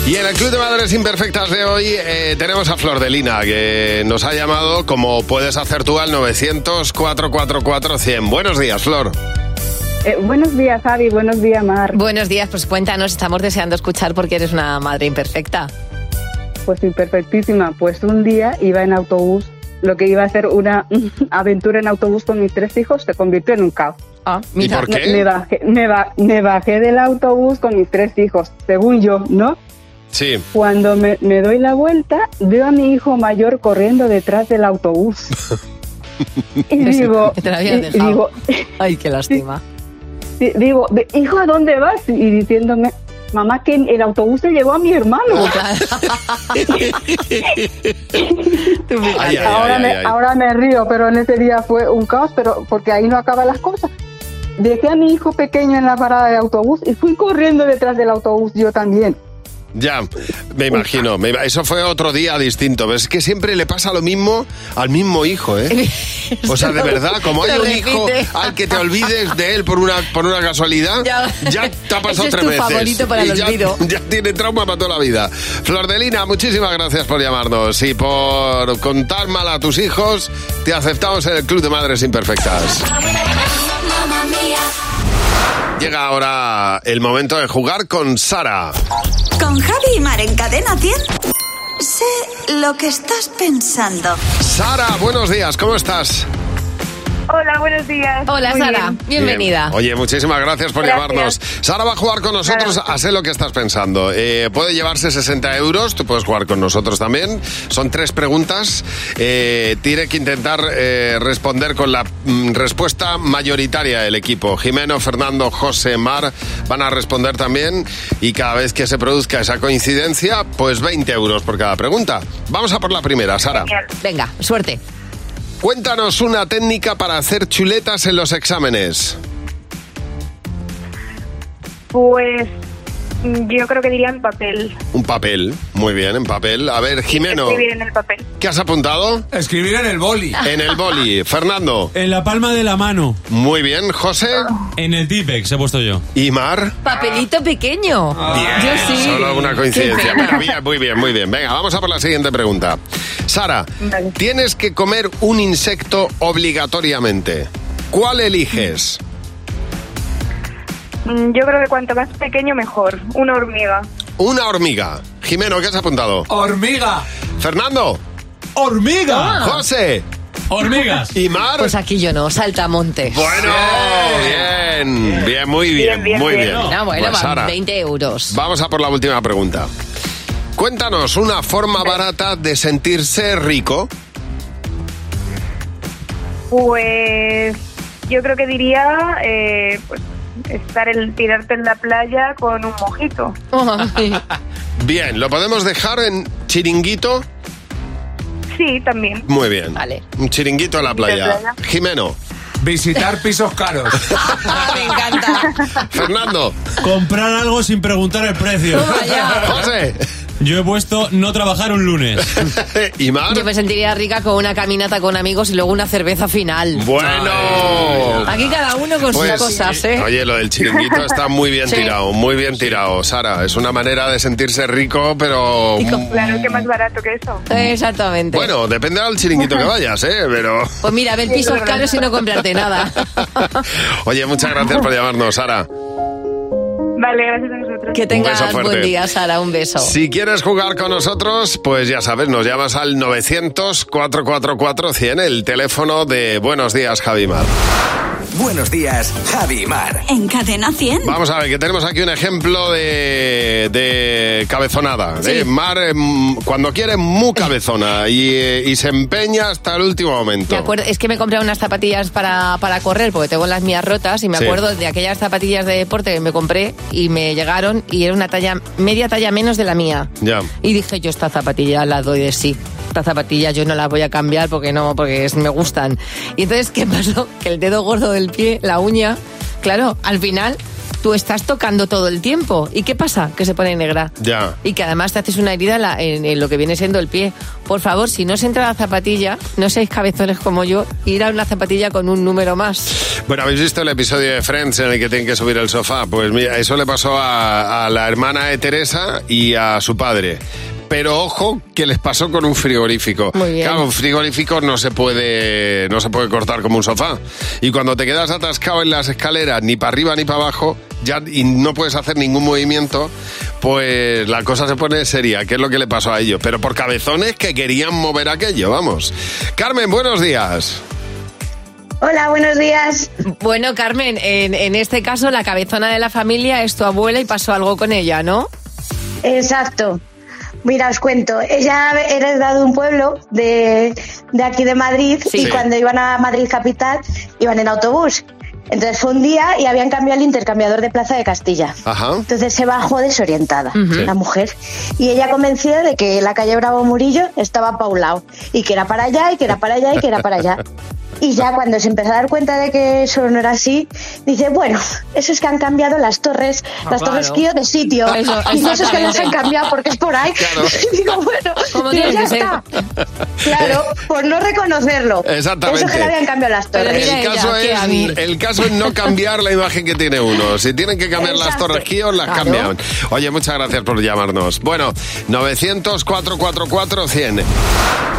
Speaker 2: Y en el Club de Madres Imperfectas de hoy eh, tenemos a Flor de Lina, que nos ha llamado como puedes hacer tú al 900-444-100. Buenos días, Flor.
Speaker 3: Eh, buenos días, Javi. Buenos días, Mar. Buenos días, pues cuéntanos, estamos deseando escuchar porque eres una madre imperfecta.
Speaker 1: Pues imperfectísima, pues un día iba en autobús, lo que iba a ser una aventura en autobús con mis tres hijos se convirtió en un caos.
Speaker 3: Ah,
Speaker 1: mira.
Speaker 3: por qué?
Speaker 1: Me, me bajé, me ba- me bajé del autobús con mis tres hijos, según yo, ¿no?
Speaker 2: Sí.
Speaker 1: Cuando me, me doy la vuelta, veo a mi hijo mayor corriendo detrás del autobús. y digo,
Speaker 3: Te la habían
Speaker 1: y- y
Speaker 3: dejado.
Speaker 1: digo,
Speaker 3: Ay, qué lástima.
Speaker 1: di- digo, "Ve, hijo, ¿a dónde vas? Y diciéndome, mamá, que el autobús se llevó a mi hermano.
Speaker 2: Ay, ay, ay,
Speaker 1: ahora,
Speaker 2: ay,
Speaker 1: me,
Speaker 2: ay.
Speaker 1: ahora me río, pero en ese día fue un caos, pero porque ahí no acaban las cosas. Dejé a mi hijo pequeño en la parada de autobús y fui corriendo detrás del autobús yo también.
Speaker 2: Ya, me imagino. me ima- eso fue otro día distinto. Pero es que siempre le pasa lo mismo al mismo hijo, ¿eh? O sea, de verdad, como hay
Speaker 3: Se
Speaker 2: un
Speaker 3: repite.
Speaker 2: hijo al que te olvides de él por una, por una casualidad,
Speaker 3: Ya.
Speaker 2: ya, te ha pasado
Speaker 3: Ese
Speaker 2: tres
Speaker 3: es tu
Speaker 2: veces.
Speaker 3: favorito para el
Speaker 2: Y ya-
Speaker 3: olvido.
Speaker 2: Ya, tiene trauma para toda la vida. Flordelina, muchísimas gracias por llamarnos y por contar mal a tus hijos. Te aceptamos en el Club de Madres Imperfectas.
Speaker 14: Mamma mia.
Speaker 2: Llega ahora el momento de jugar con Sara.
Speaker 18: Con Javi y Mar en Cadena 100. Sé lo que estás pensando.
Speaker 2: Sara, buenos días, ¿cómo estás?
Speaker 8: Hola, buenos días.
Speaker 3: Hola,
Speaker 8: Muy
Speaker 3: Sara.
Speaker 8: bien.
Speaker 3: Bienvenida.
Speaker 2: Bien. Oye, muchísimas gracias por
Speaker 8: Gracias.
Speaker 2: llamarnos. Sara va a jugar con nosotros a sé lo que estás pensando. Eh, puede llevarse 60 euros, tú puedes jugar con nosotros también. Son tres preguntas. Eh, tiene que intentar eh, responder con la mm, respuesta mayoritaria del equipo. Jimeno, Fernando, José, Mar van a responder también. Y cada vez que se produzca esa coincidencia, pues 20 euros por cada pregunta. Vamos a por la primera, Sara.
Speaker 3: Venga, suerte.
Speaker 2: Cuéntanos una técnica para hacer chuletas en los exámenes.
Speaker 8: Pues mm, yo creo que diría en papel.
Speaker 2: Un papel, muy bien, en papel. A ver, Jimeno,
Speaker 8: Escribir en el papel.
Speaker 2: ¿qué has apuntado?
Speaker 6: Escribir en el boli.
Speaker 2: En el boli. Fernando,
Speaker 4: En la palma de la mano.
Speaker 2: muy bien. José.
Speaker 4: En el Dipex he puesto yo.
Speaker 2: ¿Y Mar?
Speaker 3: Papelito pequeño. Yo sí.
Speaker 2: Ah, Solo una coincidencia.
Speaker 3: Qué pena.
Speaker 2: Bueno, bien, muy bien, muy bien. Venga, vamos a por la siguiente pregunta. Sara, tienes que comer un insecto obligatoriamente. ¿Cuál eliges?
Speaker 8: Mm, Yo creo que cuanto más pequeño mejor. Una hormiga.
Speaker 2: Una hormiga. Jimeno, ¿qué has apuntado?
Speaker 6: Hormiga.
Speaker 2: Fernando.
Speaker 4: Hormiga.
Speaker 2: José.
Speaker 4: Hormigas.
Speaker 2: ¿Y Mar?
Speaker 3: Pues aquí yo no, saltamontes.
Speaker 2: Bueno,
Speaker 6: Ah,
Speaker 2: bien, bien, muy bien, muy bien.
Speaker 3: No, Ah, bueno,
Speaker 2: Pues,
Speaker 3: van
Speaker 2: Sara,
Speaker 3: 20 euros.
Speaker 2: Vamos a por la última pregunta. Cuéntanos una forma barata de sentirse rico.
Speaker 8: Pues yo creo que diría eh, pues, estar el tirarte en la playa con un mojito.
Speaker 2: Bien, ¿lo podemos dejar en chiringuito?
Speaker 8: sí, también.
Speaker 2: Muy bien. Un chiringuito en la
Speaker 8: De
Speaker 2: playa.
Speaker 8: playa.
Speaker 2: Jimeno.
Speaker 6: Visitar pisos caros.
Speaker 3: Me encanta.
Speaker 2: Fernando.
Speaker 4: Comprar algo sin preguntar el precio.
Speaker 2: José.
Speaker 4: Yo he puesto no trabajar un lunes.
Speaker 2: ¿Y Mar?
Speaker 3: Yo me sentiría rica con una caminata con amigos y luego una cerveza final.
Speaker 2: Bueno.
Speaker 3: Aquí cada uno con
Speaker 2: Pues,
Speaker 3: sus cosas, ¿eh?
Speaker 2: Oye, lo del chiringuito está muy bien
Speaker 3: Sí.
Speaker 2: tirado, muy bien tirado, Sara. Es una manera de sentirse rico, pero... mm,
Speaker 8: Claro que más barato que eso.
Speaker 3: Exactamente.
Speaker 2: Bueno, dependerá del chiringuito que vayas, ¿eh? Pero...
Speaker 3: Pues mira, ver
Speaker 8: Sí, es
Speaker 3: pisos
Speaker 8: verdad.
Speaker 3: caros y no comprarte nada.
Speaker 2: Oye, muchas gracias por llamarnos, Sara.
Speaker 8: Vale, gracias a nosotros.
Speaker 3: Que tengas
Speaker 2: beso
Speaker 3: un
Speaker 2: fuerte.
Speaker 3: buen día, Sara. Un beso.
Speaker 2: Si quieres jugar con nosotros, pues ya sabes, nos llamas al 900-444-100, el teléfono de Buenos Días, Javimar.
Speaker 18: Buenos días, Javi y Mar.
Speaker 29: En Cadena 100.
Speaker 2: Vamos a ver, que tenemos aquí un ejemplo de, de cabezonada. de Mar, eh, mm, cuando quiere, muy cabezona y, eh, y se empeña hasta el último momento.
Speaker 3: Me acuerdo, es que me compré unas zapatillas para, para correr, porque tengo las mías rotas, y me
Speaker 2: Sí.
Speaker 3: acuerdo de aquellas zapatillas de deporte que me compré y me llegaron y era una talla, media talla menos de la mía.
Speaker 2: Ya.
Speaker 3: Y dije, yo esta zapatilla la doy de sí. Esta zapatilla yo no la voy a cambiar porque no, porque es- me gustan. Y entonces, ¿qué pasó? Que el dedo gordo del pie, la uña, claro, al final tú estás tocando todo el tiempo. ¿Y qué pasa? Que se pone negra.
Speaker 2: Ya.
Speaker 3: Y que además te haces una herida en, la- en- en lo que viene siendo el pie. Por favor, si no os entra la zapatilla, no seáis cabezones como yo, ir a una zapatilla con un número más.
Speaker 2: Bueno, ¿habéis visto el episodio de Friends en el que tienen que subir el sofá? Pues mira, eso le pasó a, a la hermana de Teresa y a su padre. Pero ojo que les pasó con un frigorífico. Claro, un frigorífico no se puede no se puede cortar como un sofá. Y cuando te quedas atascado en las escaleras, ni para arriba ni para abajo, ya y no puedes hacer ningún movimiento, pues la cosa se pone seria, que es lo que le pasó a ellos. Pero por cabezones que querían mover aquello, vamos. Carmen, buenos días.
Speaker 3: Hola, buenos días. Bueno, Carmen, en, en este caso la cabezona de la familia es tu abuela y pasó algo con ella, ¿no?
Speaker 9: Exacto. Mira, os cuento. Ella era de un pueblo de, de aquí de Madrid
Speaker 23: Sí.
Speaker 9: y cuando iban a Madrid capital iban en autobús. Entonces fue un día y habían cambiado el intercambiador de Plaza de Castilla. Entonces se bajó desorientada
Speaker 23: Ujú. Sí.
Speaker 9: la mujer y ella convencida de que la calle Bravo Murillo estaba pa' un lado y que era para allá y que era para allá y que era para allá. Y ya cuando se empezó a dar cuenta de que eso no era así, dice, bueno, eso es que han cambiado las torres,
Speaker 23: Ah,
Speaker 9: las torres
Speaker 23: claro.
Speaker 9: Kio de sitio.
Speaker 23: Eso,
Speaker 9: Dice, eso es que las
Speaker 23: exactamente.
Speaker 9: han cambiado porque es por ahí.
Speaker 23: Claro.
Speaker 9: Digo, bueno,
Speaker 23: Como
Speaker 9: digo,
Speaker 23: tiene
Speaker 9: ya
Speaker 23: que ser.
Speaker 9: está. Claro,
Speaker 23: Pues
Speaker 9: por no reconocerlo.
Speaker 2: Exactamente.
Speaker 9: Eso que le habían cambiado las torres.
Speaker 2: el, caso es, el caso es no cambiar la imagen que tiene uno. Si tienen que cambiar las
Speaker 9: Exacto.
Speaker 2: torres Kios, las
Speaker 9: Claro.
Speaker 2: cambian. Oye, muchas gracias por llamarnos. Bueno, 900-444-100.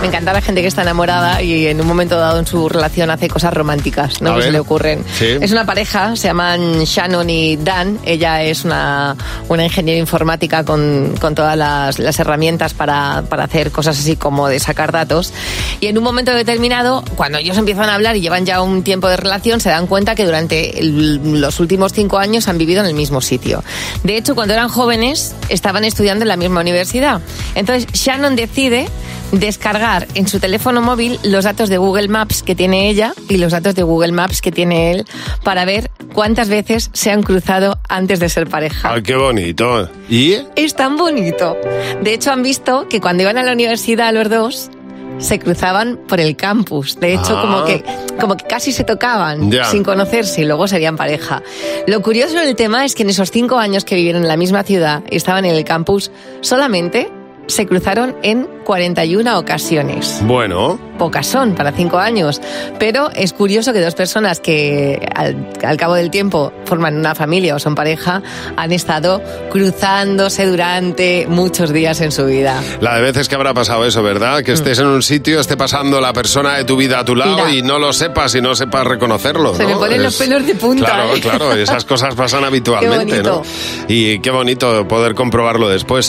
Speaker 3: Me encanta la gente que está enamorada y en un momento dado en su relación hace cosas románticas, ¿no?
Speaker 2: A
Speaker 3: Que se
Speaker 2: ver.
Speaker 3: le ocurren.
Speaker 2: Sí.
Speaker 3: Es una pareja, se llaman Shannon y Dan. Ella es una, una ingeniera informática con, con todas las, las herramientas para, para hacer cosas así como de sacar datos. Y en un momento determinado, cuando ellos empiezan a hablar y llevan ya un tiempo de relación, se dan cuenta que durante el- los últimos cinco años han vivido en el mismo sitio. De hecho, cuando eran jóvenes, estaban estudiando en la misma universidad. Entonces, Shannon decide descargar en su teléfono móvil los datos de Google Maps que tiene ella y los datos de Google Maps que tiene él para ver cuántas veces se han cruzado antes de ser pareja.
Speaker 2: Ay, qué bonito. ¿Y?
Speaker 3: Es tan bonito. De hecho, han visto que cuando iban a la universidad los dos se cruzaban por el campus. De hecho,
Speaker 23: Ah.
Speaker 3: como que como que casi se tocaban
Speaker 23: Ya.
Speaker 3: sin conocerse y luego serían pareja. Lo curioso del tema es que en esos cinco años que vivieron en la misma ciudad y estaban en el campus, solamente se cruzaron en 41 ocasiones
Speaker 2: Bueno.
Speaker 3: pocas son para cinco años. Pero es curioso que dos personas que al, al cabo del tiempo forman una familia o son pareja han estado cruzándose durante muchos días en su vida.
Speaker 2: La de veces que habrá pasado eso, ¿verdad? Que estés en un sitio, esté pasando la persona de tu vida a tu lado
Speaker 3: Mm. Mira.
Speaker 2: y no lo sepas y no sepas reconocerlo.
Speaker 3: Se me
Speaker 2: ¿no?
Speaker 3: ponen los
Speaker 2: Es-
Speaker 3: pelos de punta.
Speaker 2: Claro,
Speaker 3: ¿eh?
Speaker 2: claro, esas cosas pasan habitualmente, ¿no?
Speaker 3: bonito.
Speaker 2: Y qué bonito poder comprobarlo después.